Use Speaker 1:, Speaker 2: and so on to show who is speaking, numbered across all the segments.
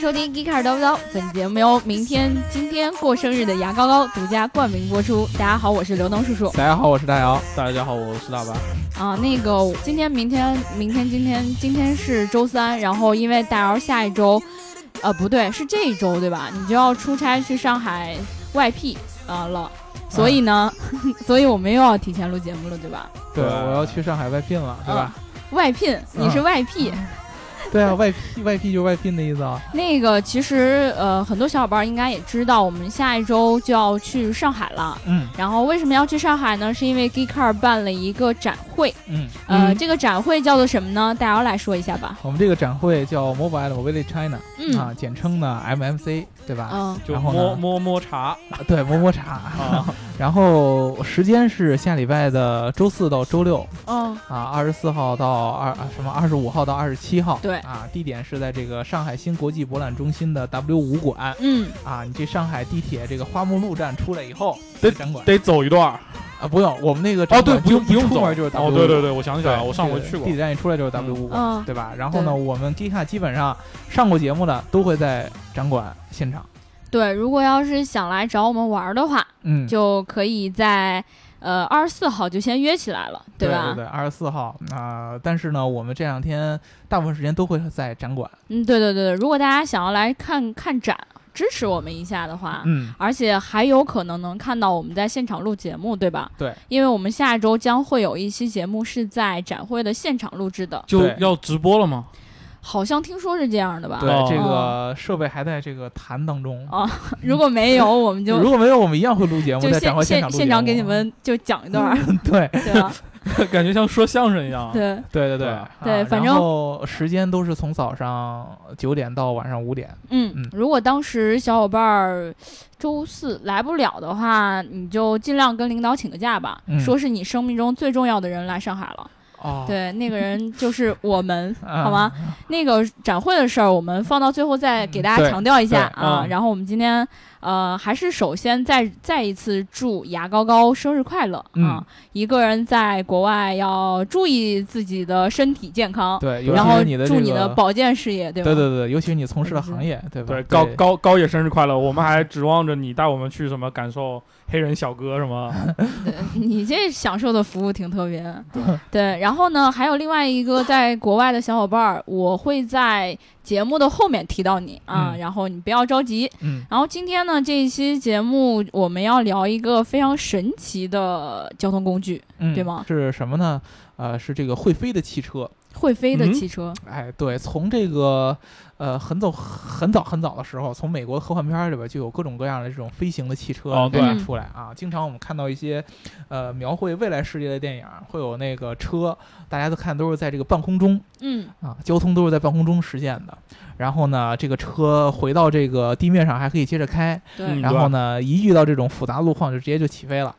Speaker 1: 收听《g e e k a r 叨不叨》，本节目由明天今天过生日的牙膏膏独家冠名播出。大家好，我是刘能叔叔。
Speaker 2: 大家好，我是大姚。
Speaker 3: 大家好，我是大白。
Speaker 1: 啊，那个今天、明天、明天、今天，今天是周三，然后因为大姚下一周，呃，不对，是这一周对吧？你就要出差去上海外聘啊了，所以呢， 所以我们又要提前录节目了，对吧？
Speaker 2: 对，
Speaker 3: 啊对啊
Speaker 2: 我要去上海外聘了，对吧？
Speaker 1: 外聘，你是外聘。
Speaker 2: 对啊，外聘外聘就是外聘的意思啊。
Speaker 1: 那个其实呃，很多小伙伴应该也知道，我们下一周就要去上海了。
Speaker 2: 嗯
Speaker 1: 然后为什么要去上海呢？是因为 Geekcar 办了一个展会，
Speaker 2: 嗯，
Speaker 1: 呃，
Speaker 3: 嗯
Speaker 1: 这个展会叫做什么呢？大姚来说一下吧。
Speaker 2: 我们这个展会叫 Mobile Mobility China
Speaker 1: 嗯
Speaker 2: 啊，简称呢 MMC，对吧？
Speaker 1: 嗯
Speaker 3: 就
Speaker 2: 然后
Speaker 3: 摸
Speaker 2: 呢
Speaker 3: 摸摸 茶
Speaker 2: 对，摸摸茶。
Speaker 3: 啊，
Speaker 2: 然后时间是下礼拜的周四到周六
Speaker 1: 哦，
Speaker 2: 啊，二十四号到二啊什么二十五号到二十七号。
Speaker 1: 对
Speaker 2: 啊，地点是在这个上海新国际博览中心的 W 五馆
Speaker 1: 嗯，
Speaker 2: 啊。你这上海地铁这个花木路站出来以后，这展馆
Speaker 3: 得走一段儿。
Speaker 2: 啊，不用，我们那个
Speaker 3: 哦，
Speaker 2: 展
Speaker 3: 对，
Speaker 2: 馆
Speaker 3: 不用
Speaker 2: 就
Speaker 3: 不用
Speaker 2: 出
Speaker 3: 走，
Speaker 2: 门就是 W
Speaker 3: 哦，对对对，我想起来了，
Speaker 2: 对
Speaker 3: 我上回
Speaker 2: 这个
Speaker 3: 去过
Speaker 2: 地。铁站一出来就是 W 五馆，
Speaker 1: 嗯
Speaker 2: 对吧？然后
Speaker 1: 对
Speaker 2: 呢，我们 Gika 基本上上过节目的都会在展馆现场，
Speaker 1: 对，如果要是想来找我们玩儿的话，
Speaker 2: 嗯，
Speaker 1: 就可以在呃二十四号就先约起来了，
Speaker 2: 对
Speaker 1: 吧？
Speaker 2: 对对，二十四号啊、但是呢，我们这两天大部分时间都会在展馆，
Speaker 1: 嗯，对对对，如果大家想要来看看展，支持我们一下的话，
Speaker 2: 嗯，
Speaker 1: 而且还有可能能看到我们在现场录节目，对吧？
Speaker 2: 对，
Speaker 1: 因为我们下周将会有一期节目是在展会的现场录制的，
Speaker 3: 就
Speaker 2: 对
Speaker 3: 要直播了吗？
Speaker 1: 好像听说是这样的吧？
Speaker 2: 对，
Speaker 3: 哦
Speaker 2: 这个设备还在这个谈当中。
Speaker 1: 哦 如果没 有，我们就
Speaker 2: 如果没有，我们一样会录节目，
Speaker 1: 就
Speaker 2: 在展会
Speaker 1: 现
Speaker 2: 场录哦
Speaker 1: 现场
Speaker 2: 节
Speaker 1: 给
Speaker 2: 目
Speaker 1: 你们就讲一段儿，
Speaker 2: 对
Speaker 1: 对吧？
Speaker 3: 感觉像说相声一样。
Speaker 1: 对，
Speaker 2: 对对对
Speaker 3: 对
Speaker 2: 啊
Speaker 1: 对反正
Speaker 2: 然后时间都是从早上九点到晚上五点，
Speaker 1: 嗯
Speaker 2: 嗯，
Speaker 1: 如果当时小伙伴儿周四来不了的话，你就尽量跟领导请个假吧，
Speaker 2: 嗯
Speaker 1: 说是你生命中最重要的人来上海了。
Speaker 3: 啊
Speaker 2: 哦，
Speaker 1: 对，那个人就是我们，
Speaker 2: 啊
Speaker 1: 好吗？那个展会的事儿，我们放到最后再给大家
Speaker 2: 嗯对
Speaker 1: 强调一下
Speaker 3: 对
Speaker 1: 啊。
Speaker 3: 嗯
Speaker 1: 然后我们今天呃，还是首先再再一次祝牙膏膏生日快乐啊
Speaker 2: 嗯！
Speaker 1: 一个人在国外要注意自己的身体健康，
Speaker 2: 对，尤
Speaker 1: 然
Speaker 2: 其
Speaker 1: 后
Speaker 2: 是你的
Speaker 1: 祝
Speaker 2: 这
Speaker 1: 你的
Speaker 2: 个
Speaker 1: 保嗯健事业，对吧？
Speaker 2: 对对对，尤其是你从事的行业，对吧？
Speaker 3: 对，高高高野生日快乐！我们还指望着你带我们去什么感受黑人小哥什么。
Speaker 1: 对 你这享受的服务挺特别，对。然后呢，还有另外一个在国外的小伙伴儿，我会在节目的后面提到你啊，
Speaker 2: 嗯
Speaker 1: 然后你不要着急。
Speaker 2: 嗯，
Speaker 1: 然后今天呢，这一期节目我们要聊一个非常神奇的交通工具
Speaker 2: 嗯
Speaker 1: 对吗
Speaker 2: 是什么呢？呃，是这个会飞的汽车。
Speaker 1: ——会飞的
Speaker 3: 嗯
Speaker 1: 汽车。
Speaker 2: 哎，对，从这个呃很早很早很早的时候，从美国科幻片儿里边就有各种各样的这种飞行的汽车
Speaker 3: 哦对
Speaker 2: 开发出来啊。经常我们看到一些呃描绘未来世界的电影，会有那个车，大家都看都是在这个半空中
Speaker 1: 嗯，
Speaker 2: 啊，交通都是在半空中实现的。然后呢，这个车回到这个地面上还可以接着开，
Speaker 1: 对。
Speaker 3: 嗯
Speaker 2: 然后呢，一遇到这种复杂路况就直接就起飞了。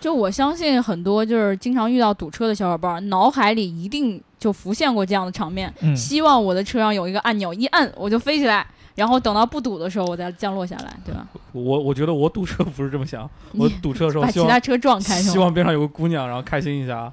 Speaker 1: 就我相信很多就是经常遇到堵车的小伙伴儿，脑海里一定就浮现过这样的场面。
Speaker 2: 嗯，
Speaker 1: 希望我的车上有一个按钮，一按我就飞起来，然后等到不堵的时候，我再降落下来，对吧？
Speaker 3: 我我觉得我堵车不是这么想，
Speaker 1: 你
Speaker 3: 我堵车的时候
Speaker 1: 把
Speaker 3: 希
Speaker 1: 其
Speaker 3: 望
Speaker 1: 他车撞开是
Speaker 3: 希
Speaker 1: 吗？
Speaker 3: 望边上有个姑娘，然后开心一下。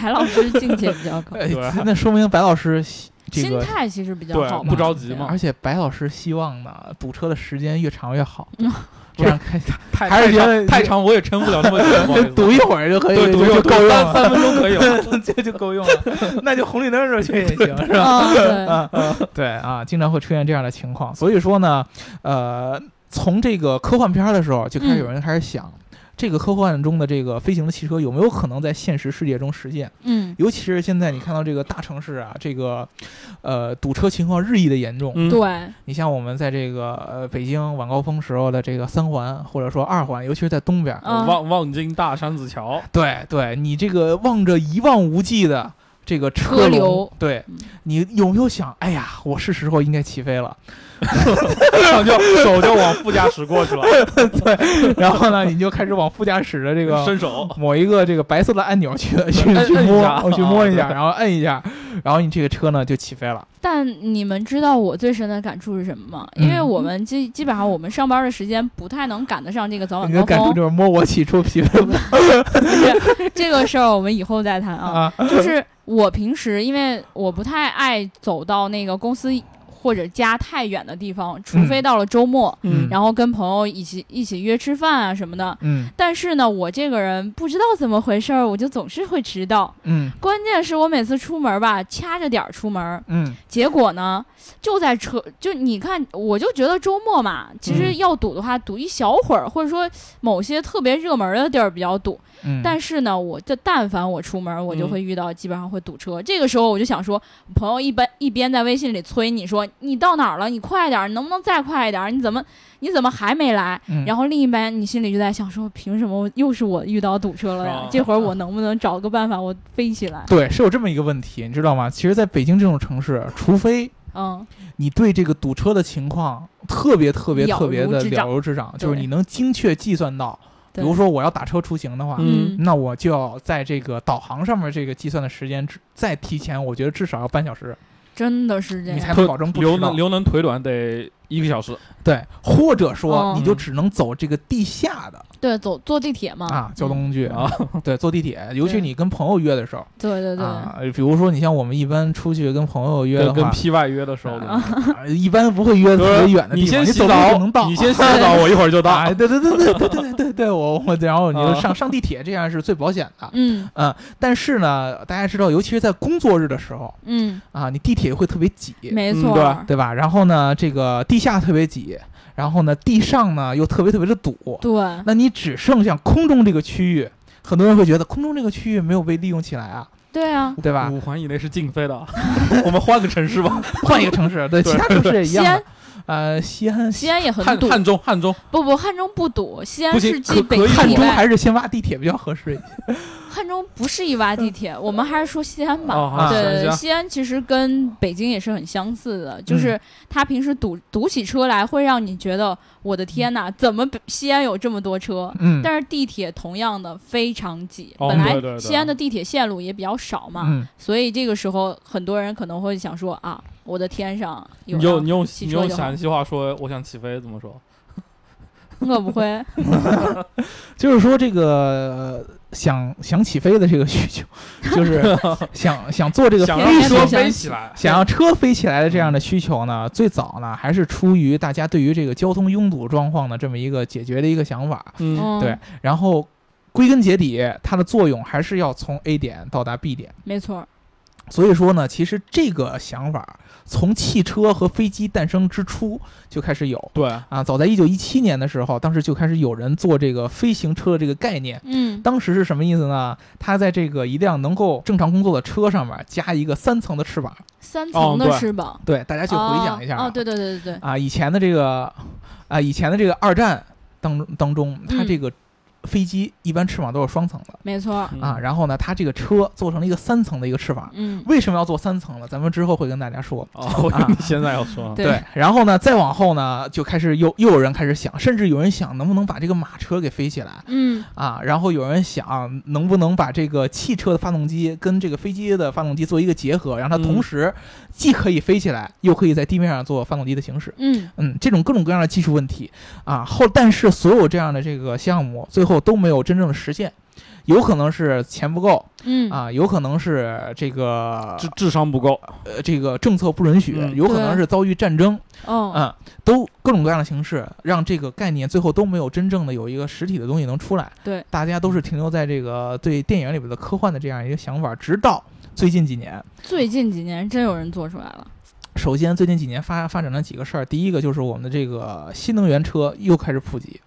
Speaker 1: 白老师境界比较高，
Speaker 2: 哎
Speaker 3: 对，
Speaker 2: 那说明白老师希这
Speaker 1: 心
Speaker 2: 个，
Speaker 1: 态其实比较
Speaker 3: 对
Speaker 1: 好嘛，
Speaker 3: 不着急
Speaker 1: 对吧
Speaker 3: 嘛
Speaker 2: 而且白老师希望呢，堵车的时间越长越好
Speaker 1: 嗯，
Speaker 2: 这样开
Speaker 3: 太
Speaker 2: 还是
Speaker 3: 太
Speaker 2: 觉
Speaker 3: 长
Speaker 2: 得
Speaker 3: 太长我也撑不了那么久不好意思，
Speaker 2: 堵一会儿 就可以，
Speaker 3: 对
Speaker 2: 就
Speaker 3: 堵一会
Speaker 2: 就
Speaker 3: 儿
Speaker 2: 够用
Speaker 3: 三
Speaker 2: 了，
Speaker 3: 三分钟可以了。
Speaker 2: 这就够用了。 那就红绿灯儿时候去 也行，是吧？
Speaker 1: 啊， 对，
Speaker 2: 对啊，经常会出现这样的情况。所以说呢，呃，从这个科幻片儿的时候就
Speaker 1: 嗯
Speaker 2: 开始有人开始想。这个科幻中的这个飞行的汽车有没有可能在现实世界中实现？
Speaker 1: 嗯，
Speaker 2: 尤其是现在你看到这个大城市啊，这个，呃，堵车情况日益的严重。
Speaker 3: 嗯，
Speaker 1: 对，
Speaker 2: 你像我们在这个呃北京晚高峰时候的这个三环或者说二环，尤其是在东边儿，
Speaker 1: 啊
Speaker 3: 望望京大山子桥，
Speaker 2: 对对，你这个望着一望无际的这个
Speaker 1: 车
Speaker 2: 车龙
Speaker 1: 流
Speaker 2: 对
Speaker 1: 嗯
Speaker 2: 你有没有想，哎呀，我是时候应该起飞 了？
Speaker 3: 上就手就往副驾驶过 去了，
Speaker 2: 然后呢，你就开始往副驾驶的这个
Speaker 3: 伸手。
Speaker 2: 某一个这个白色的按钮去去
Speaker 3: 摁
Speaker 2: 去
Speaker 3: 摁一下
Speaker 2: 摸，我去摸一下，
Speaker 3: 啊对
Speaker 2: 然后摁一下，然后你这个车呢就起飞了。
Speaker 1: 但你们知道我最深的感触是什么吗？
Speaker 2: 嗯
Speaker 1: 因为我们基基本上我们上班的时间不太能赶得上这个
Speaker 3: 啊
Speaker 1: 早晚
Speaker 2: 你的感
Speaker 1: 高
Speaker 2: 触
Speaker 1: 峰，
Speaker 2: 就是摸我起初疲惫了
Speaker 1: 这个事儿我们以后
Speaker 3: 嗯
Speaker 1: 再谈啊。
Speaker 2: 啊，
Speaker 1: 就是我平时因为我不太爱走到那个公司。或者家太远的地方，除非到了周末，
Speaker 2: 嗯
Speaker 1: 然后跟朋友一起一起约吃饭啊什么的。
Speaker 2: 嗯
Speaker 1: 但是呢，我这个人不知道怎么回事儿，我就总是会迟到。
Speaker 2: 嗯
Speaker 1: 关键是我每次出门吧，掐着点儿出门，
Speaker 2: 嗯
Speaker 1: 结果呢，就在车，就你看，我就觉得周末嘛，其实
Speaker 2: 嗯
Speaker 1: 要堵的话，堵一小会儿，或者说某些特别热门的地儿比较堵。
Speaker 2: 嗯，
Speaker 1: 但是呢，我这但凡我出门，我就
Speaker 3: 嗯
Speaker 1: 会遇到基本上会堵车。这个时候我就想说，朋友一般一边在微信里催你说你到哪儿了，你快点儿，能不能再快一点儿？你怎么你怎么还没来？
Speaker 2: 嗯
Speaker 1: 然后另一边你心里就在想说，凭什么又是我遇到堵车了呀
Speaker 3: 啊？
Speaker 1: 这会儿我能不能找个办法我飞起来？
Speaker 2: 对，是有这么一个问题，你知道吗？其实，在北京这种城市，除非
Speaker 1: 嗯，
Speaker 2: 你对这个堵车的情况特别特别
Speaker 1: 了
Speaker 2: 特别
Speaker 1: 如
Speaker 2: 的
Speaker 1: 指
Speaker 2: 了
Speaker 1: 掌
Speaker 2: 如指掌，就是
Speaker 1: 对
Speaker 2: 你能精确计算到，比
Speaker 1: 对
Speaker 2: 如说我要打车出行的话，
Speaker 1: 嗯
Speaker 2: 那我就要在这个导航上面这个计算的时间只再提前，我觉得至少要半小时，
Speaker 1: 真的是这
Speaker 2: 你才
Speaker 1: 样。
Speaker 2: 能保证不
Speaker 3: 刘
Speaker 2: 迟到
Speaker 3: 能。刘能腿短得一个小时，
Speaker 2: 对，或者说
Speaker 1: 嗯
Speaker 2: 你就只能走这个地下的
Speaker 1: 对，走坐地铁嘛。
Speaker 2: 啊交通
Speaker 1: 嗯。
Speaker 2: 工具
Speaker 3: 啊，
Speaker 2: 对，坐地铁，尤其
Speaker 1: 对
Speaker 2: 你跟朋友约的时候
Speaker 1: 对对对。
Speaker 2: 啊，比如说你像我们一般出去跟朋友约
Speaker 3: 跟
Speaker 2: 的
Speaker 3: 跟
Speaker 2: 话，
Speaker 3: P Y 约的时候，
Speaker 2: 啊啊一般不会约特别远的地
Speaker 3: 你
Speaker 2: 方，
Speaker 3: 先
Speaker 2: 你
Speaker 3: 洗
Speaker 2: 走路就能
Speaker 3: 澡，
Speaker 2: 到。
Speaker 3: 你先洗澡，我一会儿就到
Speaker 2: 啊，。对对对对对对对对，我我然后你就
Speaker 3: 啊
Speaker 2: 上上地铁，这样是最保险的。
Speaker 1: 嗯
Speaker 2: 但是呢，大家知道，尤其是在工作日的时候
Speaker 1: 嗯，
Speaker 2: 啊，你地铁会特别挤，
Speaker 1: 没
Speaker 3: 嗯
Speaker 1: 错
Speaker 3: 对
Speaker 1: 儿。
Speaker 2: 对吧？然后呢，这个地下特别挤，然后呢，地上呢又特别特别的堵，
Speaker 1: 对
Speaker 2: 那你只剩下空中这个区域，很多人会觉得空中这个区域没有被利用起来啊，
Speaker 1: 对啊，
Speaker 2: 对吧？
Speaker 3: 五环以内是禁飞的， 我们换个城市吧。
Speaker 2: 换一个城市，对，
Speaker 3: 对
Speaker 2: 其他城市也一
Speaker 1: 西
Speaker 2: 样
Speaker 1: 安
Speaker 2: 的。呃，西安，
Speaker 1: 西安也很
Speaker 3: 汉
Speaker 1: 堵，
Speaker 3: 汉中，汉中，
Speaker 1: 不不，汉中不堵，西安
Speaker 3: 不行
Speaker 1: 是继
Speaker 3: 可
Speaker 1: 北
Speaker 3: 可以
Speaker 1: 京
Speaker 2: 汉
Speaker 1: 以
Speaker 2: 中
Speaker 1: 外，
Speaker 2: 还是先挖地铁比较合适一些。
Speaker 1: 汉中不是一洼地铁，我们还是说西安吧。
Speaker 3: 哦好
Speaker 1: 对
Speaker 3: 行
Speaker 1: 对对，
Speaker 3: 行嗯
Speaker 1: 西安其实跟北京也是很相似的，就是它平时堵堵起车来，会让你觉得我
Speaker 3: 嗯
Speaker 1: 的天呐，怎么北西安有这么多车？
Speaker 2: 嗯，
Speaker 1: 但是地铁同样的非常挤，
Speaker 3: 哦
Speaker 1: 本
Speaker 3: 对对
Speaker 1: 来
Speaker 3: 对
Speaker 1: 西安的地铁线路也比较少嘛，
Speaker 2: 嗯，
Speaker 1: 所以这个时候很多人可能会想说啊，我的天上有啊
Speaker 3: 你用你用
Speaker 1: 汽
Speaker 3: 你
Speaker 1: 车
Speaker 3: 用
Speaker 1: 就好
Speaker 3: 陕西话说，我想起飞怎么说？
Speaker 1: 我 不会，
Speaker 2: 就是说这个呃想想起飞的这个需求，就是想想做这个
Speaker 3: 想
Speaker 1: 飞
Speaker 3: 让
Speaker 1: 天
Speaker 3: 车
Speaker 1: 都
Speaker 3: 飞
Speaker 1: 想
Speaker 3: 起来。
Speaker 2: 想要车飞起来的这样的需求呢，最早呢还是出于大家对于这个交通拥堵状况的这么一个解决的一个想法，
Speaker 3: 嗯，
Speaker 1: 嗯，
Speaker 2: 对，然后归根结底，它的作用还是要从 A 点到达 B 点。
Speaker 1: 没错儿，
Speaker 2: 所以说呢，其实这个想法从汽车和飞机诞生之初就开始有
Speaker 3: 对，嗯
Speaker 2: 啊。早在一九一七年的时候，当时就开始有人做这个飞行车的这个概念。
Speaker 1: 嗯，
Speaker 2: 当时是什么意思呢？它在这个一辆能够正常工作的车上面加一个三层的翅膀。
Speaker 1: 三
Speaker 3: 哦
Speaker 1: 层的
Speaker 3: 对
Speaker 1: 翅膀，
Speaker 2: 对，大家去回想一下
Speaker 1: 哦，哦对对对对对，
Speaker 2: 啊，以前的这个啊，以前的这个二战当当中，它
Speaker 1: 嗯
Speaker 2: 这个飞机一般翅膀都是双层的、
Speaker 1: 没错儿，
Speaker 3: 嗯
Speaker 2: 啊，然后呢，它这个车做成了一个三层的一个翅膀。
Speaker 1: 嗯，
Speaker 2: 为什么要做三层呢？咱们之后会跟大家说。啊
Speaker 3: 哦，我以为你现在要说，
Speaker 1: 对
Speaker 2: 然后呢，再往后呢，就开始又又有人开始想，甚至有人想能不能把这个马车给飞起来
Speaker 1: 嗯，
Speaker 2: 啊，然后有人想能不能把这个汽车的发动机跟这个飞机的发动机做一个结合，让它同
Speaker 3: 嗯
Speaker 2: 时既可以飞起来，又可以在地面上做发动机的行驶。
Speaker 1: 嗯，
Speaker 2: 嗯，这种各种各样的技术问题啊，后但是所有这样的这个项目最后都没有真正的实现，有可能是钱不够
Speaker 1: 嗯，
Speaker 2: 啊，有可能是这个
Speaker 3: 智智商不够，
Speaker 2: 呃这个政策不允许，
Speaker 3: 嗯
Speaker 2: 有可能是遭遇战争，
Speaker 1: 哦，
Speaker 2: 嗯，都各种各样的形式，让这个概念最后都没有真正的有一个实体的东西能出来。
Speaker 1: 对，
Speaker 2: 大家都是停留在这个对电影里边的科幻的这样一个想法，直到最近几年。
Speaker 1: 最近几年真有人做出来了，
Speaker 2: 首先，最近几年发发展了几个事儿。第一个就是我们的这个新能源车又开始普及，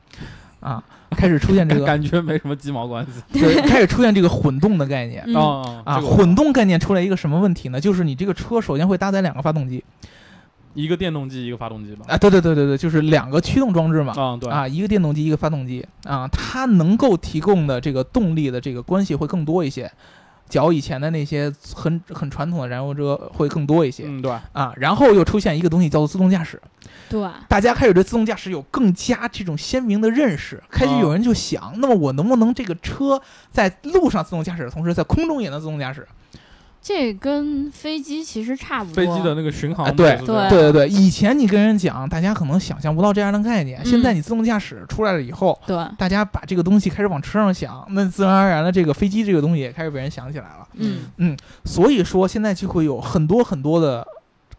Speaker 2: 啊，开始出现这个
Speaker 3: 感觉没什么鸡毛关系。
Speaker 2: 对，开始出现这个混动的概念
Speaker 1: 嗯
Speaker 3: 啊
Speaker 2: 啊。
Speaker 3: 这个我
Speaker 2: 混动概念出来一个什么问题呢？就是你这个车首先会搭载两个发动机
Speaker 3: 一个电动机，一个发动机吧。
Speaker 2: 啊，对对对对对，就是两个驱动装置嘛。
Speaker 3: 啊，对，
Speaker 2: 啊，一个电动机，一个发动机啊，它能够提供的这个动力的这个关系会更多一些，较以前的那些很很传统的燃油车会更多一些、
Speaker 3: 嗯，对，
Speaker 2: 啊。然后又出现一个东西叫做自动驾驶，
Speaker 1: 对，
Speaker 2: 大家开始对自动驾驶有更加这种鲜明的认识，开
Speaker 3: 啊
Speaker 2: 始有人就想，那么我能不能这个车在路上自动驾驶的同时，在空中也能自动驾驶？
Speaker 1: 这跟飞机其实差不多，
Speaker 3: 飞机的那个巡航
Speaker 2: 啊
Speaker 3: 不
Speaker 2: 对
Speaker 3: 也是这样
Speaker 1: 对
Speaker 2: 对对对，以前你跟人讲，大家可能想象不到这样的概念，
Speaker 1: 嗯
Speaker 2: 现在你自动驾驶出来了以后。
Speaker 1: 对，
Speaker 2: 大家把这个东西开始往车上想，那自然而然的，这个飞机这个东西也开始被人想起来了。
Speaker 1: 嗯，
Speaker 2: 所以说，现在就会有很多很多的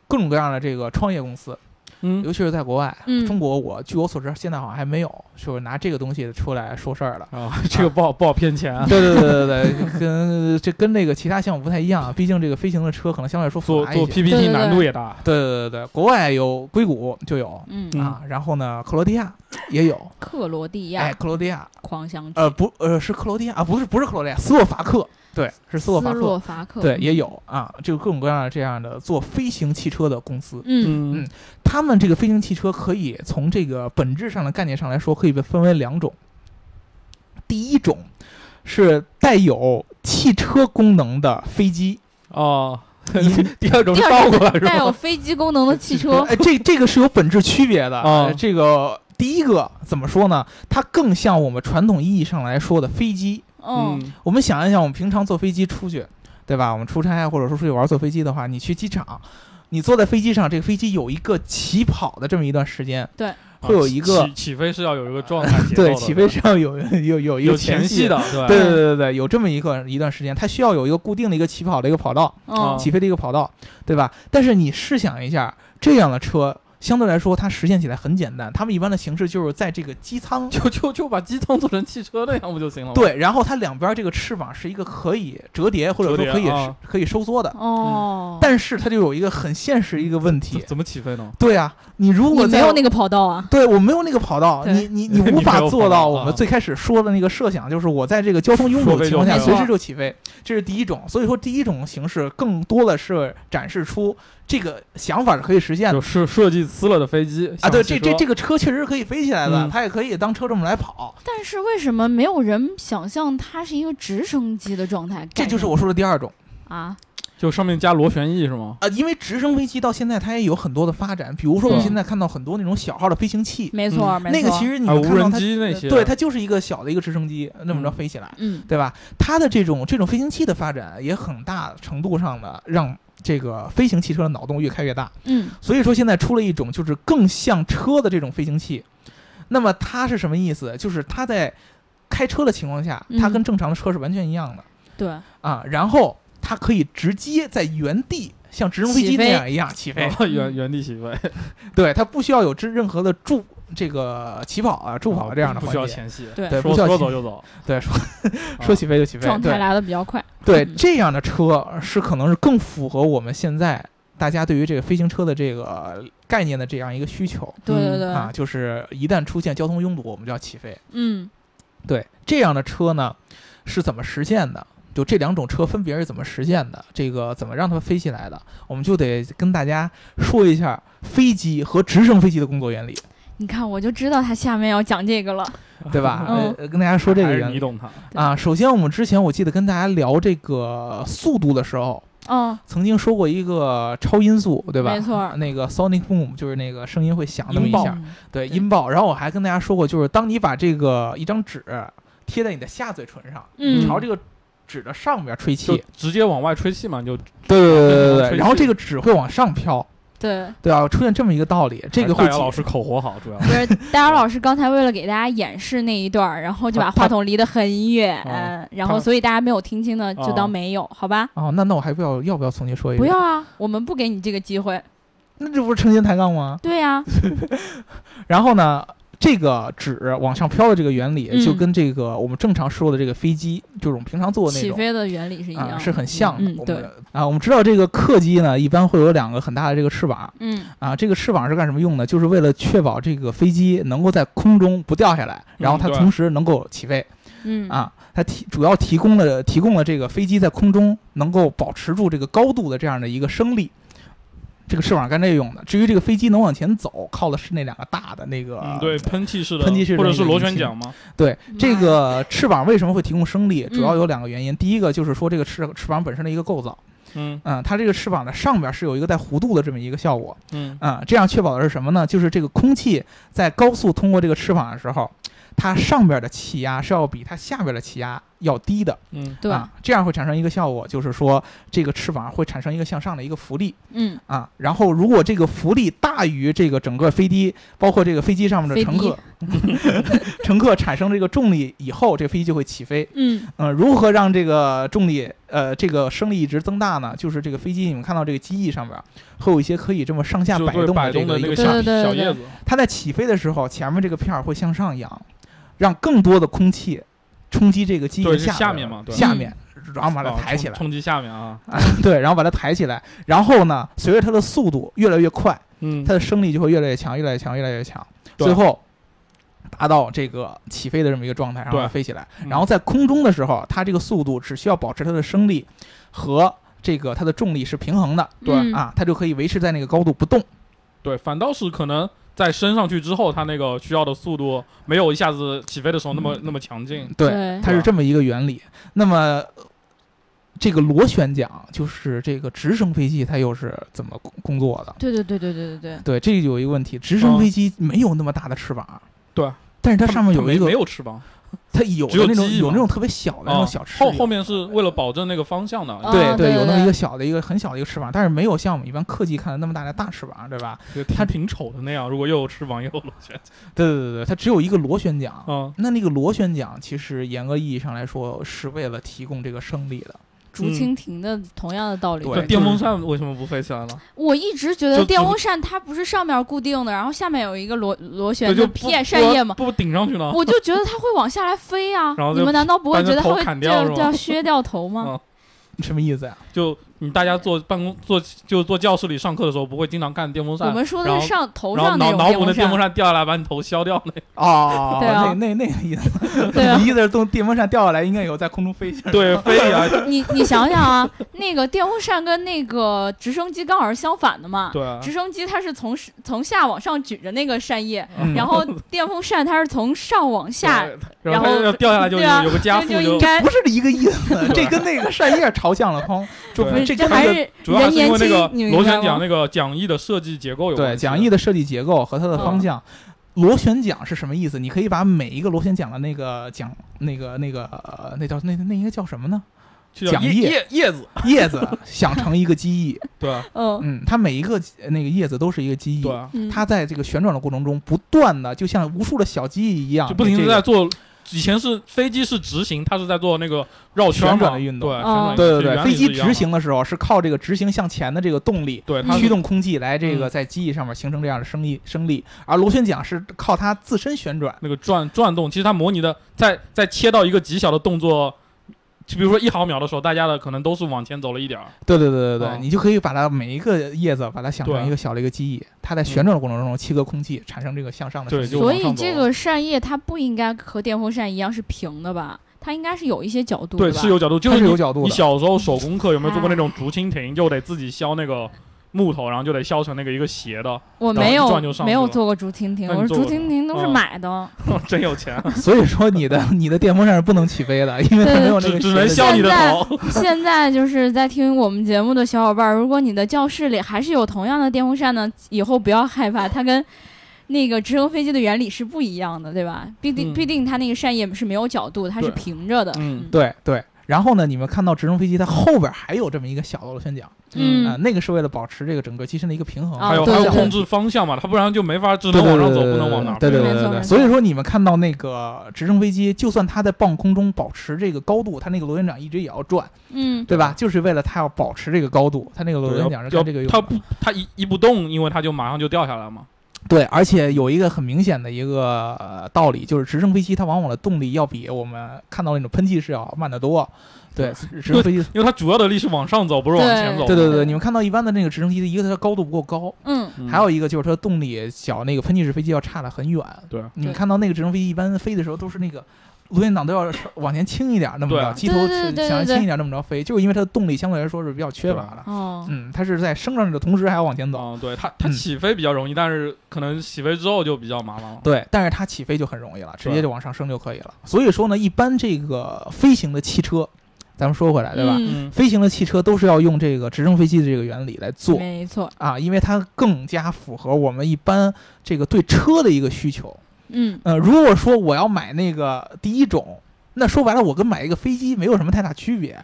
Speaker 2: 各种各样的这个创业公司，
Speaker 3: 嗯，
Speaker 2: 尤其是在国外。
Speaker 1: 嗯
Speaker 2: 中国我据我所知，现在好像还没有就是拿这个东西出来说事儿了。
Speaker 3: 啊，这个不好不好骗
Speaker 1: 嗯
Speaker 3: 钱啊，
Speaker 2: 对对对对对，跟这跟那个其他项目不太一样，毕竟这个飞行的车可能相对来说复
Speaker 3: 做
Speaker 2: 嗯杂一
Speaker 3: 做
Speaker 2: 些。
Speaker 1: 对
Speaker 3: PPT
Speaker 1: 对
Speaker 3: 难度也大，
Speaker 2: 对对对对，国外有硅谷就有、
Speaker 1: 嗯，
Speaker 3: 嗯
Speaker 2: 啊，然后呢，克罗地亚也有，
Speaker 1: 克罗地
Speaker 2: 哎，
Speaker 1: 亚
Speaker 2: 克罗地亚，
Speaker 1: 狂想曲，
Speaker 2: 呃不呃是克罗地亚啊，不是不是克罗地亚，斯洛伐克，对，是斯洛伐
Speaker 1: 斯
Speaker 2: 克，
Speaker 1: 洛伐克，
Speaker 2: 对，也有啊，就各种各样的这样的做飞行汽车的公司，
Speaker 1: 嗯，
Speaker 3: 嗯
Speaker 2: 嗯他们这个飞行汽车可以从这个本质上的概念上来说，可以被分为两种。第一种是带有汽车功能的飞机，
Speaker 3: 哦， 第二种是
Speaker 1: 第
Speaker 3: 倒
Speaker 1: 二
Speaker 3: 过来是
Speaker 1: 带有
Speaker 3: 吧？
Speaker 1: 飞机功能的汽车，
Speaker 2: 哎，这这个 是有本质区别的。
Speaker 3: 哦
Speaker 2: 呃这个第一个怎么说呢？它更像我们传统意义上来说的飞机。
Speaker 1: 嗯，
Speaker 2: 我们想一想，我们平常坐飞机出去，对吧？我们出差或者说出去玩坐飞机的话，你去机场，你坐在飞机上，这个飞机有一个起跑的这么一段时间，会有一个
Speaker 3: 啊起起飞是要有一个状态节奏的，
Speaker 2: 对，起飞是要有有有一个
Speaker 3: 有前
Speaker 2: 戏
Speaker 3: 戏。的，嗯对吧
Speaker 2: 对对对对对，有这么一个一段时间，它需要有一个固定的一个起跑的一个跑道，
Speaker 1: 嗯
Speaker 3: 啊，
Speaker 2: 起飞的一个跑道，对吧？但是你试想一下，这样的车相对来说，它实现起来很简单。他们一般的形式就是在这个机舱，
Speaker 3: 就就就把机舱做成汽车那样不就行了吗？
Speaker 2: 对，然后它两边这个翅膀是一个可以折叠或者
Speaker 3: 折
Speaker 2: 说
Speaker 3: 叠
Speaker 2: 可以、
Speaker 3: 啊
Speaker 2: 可以收缩的，
Speaker 1: 哦，
Speaker 2: 但是它就有一个很现实一个问
Speaker 3: 怎，
Speaker 2: 题。
Speaker 3: 怎么起飞呢？
Speaker 2: 对啊，你如果
Speaker 1: 你没
Speaker 2: 在
Speaker 1: 有那个跑道啊，
Speaker 2: 对我没有那个跑道，
Speaker 1: 对
Speaker 2: 你你你
Speaker 3: 你
Speaker 2: 无
Speaker 3: 没
Speaker 2: 法
Speaker 3: 有
Speaker 2: 做
Speaker 3: 跑道
Speaker 2: 到我们
Speaker 3: 啊
Speaker 2: 最开始说的那个设想，就是我在这个交通拥堵
Speaker 3: 说
Speaker 2: 的
Speaker 3: 飞
Speaker 2: 情
Speaker 3: 就
Speaker 2: 况下
Speaker 1: 飞
Speaker 2: 随时
Speaker 1: 了
Speaker 2: 就起飞，这是第一种。所以说，第一种形式更多的是展示出这个想法是可以实现的
Speaker 3: 就设设计呲了的飞机
Speaker 2: 啊。对，这这这
Speaker 3: 个
Speaker 2: 个车确实是可以飞起来的，
Speaker 3: 嗯
Speaker 2: 它也可以当车这么来跑。
Speaker 1: 但是为什么没有人想象它是一个直升机的状态？
Speaker 2: 这就是
Speaker 1: 概念
Speaker 2: 我说的第二种
Speaker 1: 啊，
Speaker 3: 就上面加螺旋翼是吗？
Speaker 2: 啊，因为直升飞机到现在它也有很多的发展，比如说我
Speaker 1: 嗯
Speaker 2: 们现在看到很多那种小号的飞行器，
Speaker 1: 没错，没错，
Speaker 2: 嗯那个其实你
Speaker 3: 啊，
Speaker 2: 们
Speaker 3: 无
Speaker 2: 看到
Speaker 3: 人
Speaker 2: 它，
Speaker 3: 机那
Speaker 2: 呃
Speaker 3: 些，
Speaker 2: 对，它就是一个小的一个直升机那么着
Speaker 3: 嗯
Speaker 2: 飞起来。
Speaker 1: 嗯，
Speaker 2: 对吧？它的这种这种飞行器的发展，也很大程度上的让这个飞行汽车的脑洞越开越大。
Speaker 1: 嗯
Speaker 2: 所以说，现在出了一种就是更像车的这种飞行器。那么它是什么意思？就是它在开车的情况下，它
Speaker 1: 嗯
Speaker 2: 跟正常的车是完全一样的、
Speaker 1: 对，
Speaker 2: 啊。然后它可以直接在原地像直升飞
Speaker 1: 起
Speaker 2: 机
Speaker 1: 飞
Speaker 2: 那样一样起飞，
Speaker 3: 哦原原地起飞，
Speaker 2: 对，它不需要有这任何的助这个起跑啊、助跑啊这样的
Speaker 3: 哦不
Speaker 2: 环
Speaker 3: 需要
Speaker 2: 节。
Speaker 3: 前戏，
Speaker 1: 对
Speaker 2: 对，不
Speaker 3: 说
Speaker 2: 需要
Speaker 3: 说
Speaker 2: 起
Speaker 3: 走就走，
Speaker 2: 对， 说
Speaker 3: 啊
Speaker 2: 说起飞就起飞，
Speaker 1: 状
Speaker 2: 对
Speaker 1: 态来的比较快，
Speaker 2: 对
Speaker 1: 嗯
Speaker 2: 这样的车是可能是更符合我们现在大家对于这个飞行车的这个概念的这样一个需求
Speaker 1: 对对
Speaker 3: 嗯
Speaker 1: 对，
Speaker 2: 啊，就是一旦出现交通拥堵，我们就要起飞。
Speaker 1: 嗯
Speaker 2: 对这样的车呢，是怎么实现的？就这两种车分别是怎么实现的？这个怎么让它飞起来的？我们就得跟大家说一下飞机和直升飞机的工作原 理，
Speaker 1: 你看，我就知道他下面要讲这个了。
Speaker 2: 对吧？
Speaker 1: 嗯
Speaker 2: 呃跟大家说这个
Speaker 3: 还是
Speaker 2: 原
Speaker 3: 你
Speaker 2: 理
Speaker 3: 懂它，
Speaker 2: 啊。首先，我们之前我记得跟大家聊这个速度的时候，
Speaker 1: 嗯，
Speaker 2: 曾经说过一个超音速，对吧？
Speaker 1: 没错嗯儿
Speaker 2: 那个 sonic boom 就是那个声音会响那么一
Speaker 3: 音爆
Speaker 2: 下，对
Speaker 1: 对
Speaker 2: 音爆。然后我还跟大家说过，就是当你把这个一张纸贴在你的下嘴唇上，
Speaker 1: 嗯
Speaker 2: 朝这个纸的上面吹
Speaker 3: 就
Speaker 2: 气，
Speaker 3: 直接往外吹气嘛，你就
Speaker 2: 对对
Speaker 3: 对对吹气
Speaker 2: 然后这个纸会往上飘，
Speaker 1: 对，
Speaker 2: 对吧？出现这么一个道理，这个
Speaker 3: 大
Speaker 2: 会
Speaker 3: 姚老
Speaker 2: 解
Speaker 3: 师口活好，主要
Speaker 1: 不是戴尔老师刚才为了给大家演示那一段儿，然后就把
Speaker 2: 他他
Speaker 1: 话筒离得很远，呃
Speaker 3: 啊
Speaker 1: 然后
Speaker 2: 哦他
Speaker 1: 所以大家没有听清的就
Speaker 3: 啊
Speaker 1: 当没有，好吧？
Speaker 2: 哦，那那我还不要要不要重新说一
Speaker 1: 不
Speaker 2: 遍？
Speaker 1: 要啊，我们不给你这个机会。
Speaker 2: 那这不是成心抬杠吗？
Speaker 1: 对呀、
Speaker 2: 然后呢，这个纸往上飘的这个原理，就
Speaker 1: 嗯
Speaker 2: 跟这个我们正常说的这个飞机，就是我们平常坐的那
Speaker 1: 起
Speaker 2: 种
Speaker 1: 飞的原理是一样的，
Speaker 2: 啊，是很像的。
Speaker 1: 嗯
Speaker 2: 我
Speaker 1: 对
Speaker 2: 们啊，我们知道这个客机呢，一般会有两个很大的这个翅膀
Speaker 1: 嗯
Speaker 2: 啊，这个翅膀是干什么用的？就是为了确保这个飞机能够在空中不掉下来，然后它
Speaker 3: 嗯对
Speaker 2: 同时能够起飞、
Speaker 1: 嗯，
Speaker 2: 啊。它提主要提供了提供了这个飞机在空中能够保持住这个高度的这样的一个升力。这个翅膀干这个用的。至于这个飞机能往前走，靠的是那两个大的那个、
Speaker 3: 嗯，对，喷气式的，
Speaker 2: 喷气式的
Speaker 3: 或者
Speaker 2: 那
Speaker 3: 是
Speaker 2: 个
Speaker 3: 螺
Speaker 2: 引
Speaker 3: 旋
Speaker 2: 擎
Speaker 3: 桨嘛，
Speaker 2: 对
Speaker 1: 嗯
Speaker 2: 这个翅膀为什么会提供升力？主要
Speaker 1: 嗯
Speaker 2: 有两个原因。第一个就是说这个翅翅膀本身的一个构造，
Speaker 3: 嗯
Speaker 2: 嗯，它这个翅膀的上边是有一个带弧度的这么一个效果，
Speaker 3: 嗯，
Speaker 2: 嗯，这样确保的是什么呢？就是这个空气在高速通过这个翅膀的时候，它上边的气压是要比它下边的气压要低的，
Speaker 3: 嗯
Speaker 1: 对，
Speaker 2: 啊，这样会产生一个效果，就是说这个翅膀会产生一个向上的一个浮力
Speaker 1: 嗯，
Speaker 2: 啊。然后如果这个浮力大于这个整个飞机，包括这个飞机上面的
Speaker 1: 飞
Speaker 2: 乘
Speaker 1: 机
Speaker 2: 客，乘客产生这个重力以后，这个飞机就会起飞。
Speaker 1: 嗯
Speaker 2: 嗯、如何让这个重力呃这个升力一直增大呢？就是这个飞机你们看到这个机翼上面会有一些可以这么上下
Speaker 3: 就
Speaker 2: 摆
Speaker 3: 对
Speaker 2: 动
Speaker 3: 摆
Speaker 2: 的这
Speaker 3: 动的
Speaker 2: 个
Speaker 3: 那
Speaker 2: 一
Speaker 3: 个
Speaker 2: 个
Speaker 1: 对
Speaker 3: 小
Speaker 1: 对对
Speaker 3: 小
Speaker 1: 对
Speaker 3: 叶子，
Speaker 2: 它在起飞的时候，前面这个片儿会向上扬，让更多的空气冲击这个机
Speaker 3: 对
Speaker 2: 翼
Speaker 3: 是
Speaker 2: 下
Speaker 3: 下
Speaker 2: 边
Speaker 3: 面嘛对
Speaker 2: 下面，然后把它
Speaker 3: 啊
Speaker 2: 抬起
Speaker 3: 冲
Speaker 2: 来，
Speaker 3: 冲击下面啊，
Speaker 2: 对，然后把它抬起来，然后呢，随着它的速度越来越快，
Speaker 3: 嗯
Speaker 2: 它的升力就会越来越强，越来越强，越来越强，
Speaker 3: 对
Speaker 2: 最后。达到这个起飞的这么一个状态，然后
Speaker 3: 对
Speaker 2: 飞起来
Speaker 3: 嗯。
Speaker 2: 然后在空中的时候，它这个速度只需要保持它的升力和这个它的重力是平衡的
Speaker 3: 对
Speaker 1: 嗯
Speaker 2: 啊，它就可以维持在那个高度不动。
Speaker 3: 对，反倒是可能在升上去之后，它那个需要的速度没有一下子起飞的时候那么那么强劲。
Speaker 1: 对
Speaker 2: 嗯对，它
Speaker 3: 对
Speaker 2: 是
Speaker 3: 吧
Speaker 2: 这么一个原理。那么呃这个螺旋桨就是这个直升飞机它又是怎么工工作的？
Speaker 1: 对对对对对对对，
Speaker 2: 对，这就有一个问题，直升
Speaker 3: 嗯
Speaker 2: 飞机没有那么大的翅膀。啊
Speaker 3: 对。
Speaker 2: 但是它上面
Speaker 3: 它
Speaker 2: 有
Speaker 3: 没
Speaker 2: 一
Speaker 3: 没
Speaker 2: 个，
Speaker 3: 有翅膀
Speaker 2: 它有
Speaker 3: 只有
Speaker 2: 的那种
Speaker 3: 机翼
Speaker 2: 有
Speaker 3: 嘛
Speaker 2: 那种特别小的那
Speaker 3: 啊
Speaker 2: 种小，翅
Speaker 3: 后
Speaker 2: 膀
Speaker 3: 后面是为了保证那个方向的，
Speaker 1: 啊
Speaker 2: 对
Speaker 1: 对
Speaker 2: 有那
Speaker 1: 对
Speaker 2: 么一个小的一个很小的一个翅膀，但是没有像我们一般客机看的那么大的大翅膀，对吧？
Speaker 3: 就挺
Speaker 2: 它
Speaker 3: 挺丑的那样。如果又有翅膀又有螺旋，
Speaker 2: 对对对对，它只有一个螺旋桨。
Speaker 3: 嗯，
Speaker 2: 那那个螺旋桨其实严格意义上来说是为了提供这个升力的。
Speaker 1: 竹蜻蜓的同样的道理。
Speaker 2: 嗯对
Speaker 3: 这电风扇为什么不飞起来了？
Speaker 1: 我一直觉
Speaker 3: 就
Speaker 1: 得电
Speaker 3: 就
Speaker 1: 风扇它不是上面固定的，然后下面有一个螺螺
Speaker 3: 对，
Speaker 1: 旋
Speaker 3: 就
Speaker 1: 的
Speaker 3: 不
Speaker 1: 片扇叶嘛，
Speaker 3: 不不顶上去呢？
Speaker 1: 我就觉得它会往下来飞呀、
Speaker 3: 然后就
Speaker 1: 你们难道不会觉得它
Speaker 3: 把
Speaker 1: 会
Speaker 3: 你的头砍
Speaker 1: 这
Speaker 3: 掉
Speaker 1: 样
Speaker 3: 是
Speaker 1: 这
Speaker 3: 吗
Speaker 1: 样削掉头吗？
Speaker 3: 嗯
Speaker 2: 什么意思呀、
Speaker 3: 就你大家坐办公坐就坐教室里上课的时候，不会经常干电风扇，
Speaker 1: 我们说
Speaker 3: 然
Speaker 1: 的
Speaker 3: 后
Speaker 1: 是上头
Speaker 3: 然后
Speaker 1: 上
Speaker 3: 脑
Speaker 1: 那
Speaker 3: 脑补
Speaker 1: 种
Speaker 3: 那电
Speaker 1: 电
Speaker 3: 风
Speaker 1: 风扇，
Speaker 3: 扇掉下来把你头削掉 那。
Speaker 2: 哦，
Speaker 1: 对啊
Speaker 2: 那那那个意思，
Speaker 1: 对啊
Speaker 2: 你意思是从电风扇掉下来，应该有在空中飞起来。
Speaker 3: 对，飞起来。
Speaker 1: 你你想想啊，那个电风扇跟那个直升机刚好是相反的嘛。
Speaker 3: 对啊，
Speaker 1: 直升机它是从是从下往上举着那个扇叶，
Speaker 2: 嗯
Speaker 1: 然后电风扇它是从上往下，
Speaker 3: 然
Speaker 1: 然后
Speaker 3: 后要掉下来就
Speaker 1: 对啊
Speaker 3: 有有个加
Speaker 1: 这
Speaker 3: 速，
Speaker 1: 就应该
Speaker 2: 不是一个意 思，这跟那个扇叶朝向了空，就
Speaker 3: 对
Speaker 1: 不是啊
Speaker 2: 这
Speaker 1: 这
Speaker 2: 跟
Speaker 1: 还
Speaker 2: 那个
Speaker 1: 是
Speaker 3: 主要还
Speaker 1: 人
Speaker 3: 是因
Speaker 1: 年
Speaker 3: 为那
Speaker 1: 轻
Speaker 3: 个，
Speaker 1: 你明
Speaker 3: 螺
Speaker 1: 白
Speaker 3: 旋桨
Speaker 1: 吗
Speaker 3: 那个桨翼的设计结构有关
Speaker 2: 对
Speaker 3: 系
Speaker 2: 桨翼的设计结构和它的
Speaker 1: 嗯
Speaker 2: 方向。螺旋桨是什么意思？你可以把每一个螺旋桨的那个桨，那个那个、呃、那叫那那应该叫什么呢？
Speaker 3: 就叫
Speaker 2: 桨
Speaker 3: 叶
Speaker 2: 叶
Speaker 3: 叶叶子，
Speaker 2: 叶 子想成一个机翼，
Speaker 3: 对啊
Speaker 1: 嗯
Speaker 2: 嗯，它每一个呃那个叶子都是一个机翼
Speaker 3: 对，啊，
Speaker 1: 嗯，
Speaker 2: 它在这个旋转的过程中不断的，就像无数的小机翼一样，
Speaker 3: 就不停
Speaker 2: 这
Speaker 3: 的
Speaker 2: 个
Speaker 3: 在做。以前是飞机是直行，它是在做那个绕圈嘛
Speaker 2: 旋转的运动哦
Speaker 3: 对，
Speaker 1: 嗯
Speaker 2: 对对
Speaker 3: 旋转运动
Speaker 2: 对，
Speaker 3: 原理
Speaker 2: 飞机
Speaker 3: 是一样
Speaker 2: 执
Speaker 3: 的，
Speaker 2: 行的时候是靠这个执行向前的这个动力
Speaker 3: 对它
Speaker 2: 驱
Speaker 3: 是
Speaker 2: 动空气来这
Speaker 3: 嗯
Speaker 2: 个在机翼上面形成这样的升力升力，而螺旋桨是靠它自身旋转。
Speaker 3: 那个转转动，其实它模拟的在在切到一个极小的动作，就比如说一毫秒的时候，大家的可能都是往前走了一点儿，
Speaker 2: 对对对对对，
Speaker 3: 哦
Speaker 2: 你就可以把它每一个叶子把它想
Speaker 3: 对
Speaker 2: 成一个小的一个机翼，它在旋转的过程中切割空气，产生这个向上的升
Speaker 3: 对
Speaker 2: 力。
Speaker 3: 就
Speaker 1: 所
Speaker 3: 往
Speaker 1: 以
Speaker 3: 上
Speaker 1: 这
Speaker 3: 走
Speaker 1: 个扇叶它不应该和电风扇一样是平的吧？它应该是有一些角度
Speaker 3: 对，
Speaker 1: 的吧
Speaker 3: 是有角度，就
Speaker 2: 它是
Speaker 3: 你
Speaker 2: 有角度
Speaker 3: 你
Speaker 2: 的嗯
Speaker 3: 小时候手工课有没有做过那种竹蜻蜓，就得自己削那个木头，然后就得削成那个一个斜的，
Speaker 1: 我
Speaker 3: 然后
Speaker 1: 没
Speaker 3: 一
Speaker 1: 有
Speaker 3: 转就上
Speaker 1: 没
Speaker 3: 去
Speaker 1: 有
Speaker 3: 了
Speaker 1: 做过竹蜻蜓，
Speaker 3: 那你
Speaker 1: 我
Speaker 3: 做
Speaker 1: 竹
Speaker 3: 过吗
Speaker 1: 蜻蜓都是
Speaker 3: 嗯
Speaker 1: 买的，
Speaker 3: 真有钱，
Speaker 2: 所以说你的你的电风扇是不能起飞的，因为它
Speaker 1: 对
Speaker 2: 没有那
Speaker 3: 只
Speaker 2: 个
Speaker 3: 只能
Speaker 2: 斜
Speaker 3: 削
Speaker 2: 角
Speaker 3: 你的
Speaker 1: 现在
Speaker 3: 头。
Speaker 1: 现在就是在听我们节目的小伙伴儿，如果你的教室里还是有同样的电风扇呢，以后不要害怕，它跟那个直升飞机的原理是不一样的，对吧？必定、
Speaker 3: 嗯
Speaker 1: 必定它那个扇叶是没有角度，它是
Speaker 3: 对
Speaker 1: 平着的。
Speaker 3: 嗯
Speaker 2: 对对。然后呢，你们看到直升飞机它后边还有这么一个小的螺旋桨
Speaker 1: 嗯
Speaker 2: 啊，那个是为了保持这个整个机身的一个平衡。
Speaker 1: 啊
Speaker 3: 还有
Speaker 1: 对
Speaker 3: 还有
Speaker 1: 对
Speaker 3: 控制方向嘛，它不然就没法，只
Speaker 2: 对
Speaker 3: 能
Speaker 2: 对
Speaker 3: 往上
Speaker 2: 对
Speaker 3: 走，
Speaker 2: 对
Speaker 3: 不能
Speaker 2: 对
Speaker 3: 往哪儿
Speaker 2: 对
Speaker 3: 飞。
Speaker 2: 对
Speaker 1: 没错
Speaker 2: 对对
Speaker 1: 没
Speaker 2: 对。
Speaker 1: 错
Speaker 2: 所以说，你们看到那个直升飞机，就算它在半空中保持这个高度，它那个螺旋桨一直也要转，
Speaker 1: 嗯，
Speaker 2: 对吧？就是为了它要保持这个高度，它那个螺旋桨是
Speaker 3: 要
Speaker 2: 干这个
Speaker 3: 它
Speaker 2: 用的。
Speaker 3: 不，它一一不动，因为它就马上就掉下来嘛。
Speaker 2: 对，而
Speaker 3: 嗯
Speaker 2: 且有一个很明显的一个呃道理，就是直升飞机它往往的动力要比我们看到那种喷气式要慢得多。对，直升飞机。
Speaker 3: 因为它主要的力是往上走，不是往前走。
Speaker 2: 对对对，你们看到一般的那个直升飞机，一个它高度不够高，
Speaker 1: 嗯，
Speaker 3: 嗯
Speaker 2: 还有一个就是它的动力小，那个喷气式飞机要差得很远。
Speaker 3: 对
Speaker 2: 你们
Speaker 1: 对
Speaker 2: 看到那个直升飞机一般飞的时候都是那个螺旋桨都要稍往前倾一点，那么
Speaker 3: 对啊
Speaker 2: 着，机头
Speaker 1: 对对对对
Speaker 2: 想要
Speaker 1: 对
Speaker 2: 倾一点那么着飞，就是因为它的动力相对来说是比较缺乏的。
Speaker 1: 哦，
Speaker 2: 嗯，它是在升上去的同时还要往前走。
Speaker 3: 啊，对它它
Speaker 2: 嗯
Speaker 3: 起飞比较容易，但是可能起飞之后就比较麻烦了。
Speaker 2: 对，但是它起飞就很容易了，直
Speaker 3: 对
Speaker 2: 接就往上升就可以了。所以说呢，一般这个飞行的汽车，咱们说回来，对吧？
Speaker 1: 嗯，
Speaker 3: 嗯，
Speaker 2: 飞行的汽车都是要用这个直升飞机的这个原理来做
Speaker 1: 没错，
Speaker 2: 啊，因为它更加符合我们一般这个对车的一个需求。
Speaker 1: 嗯
Speaker 2: 呃，如果说我要买那个第一种，那说白了，我跟买一个飞机没有什么太大区别。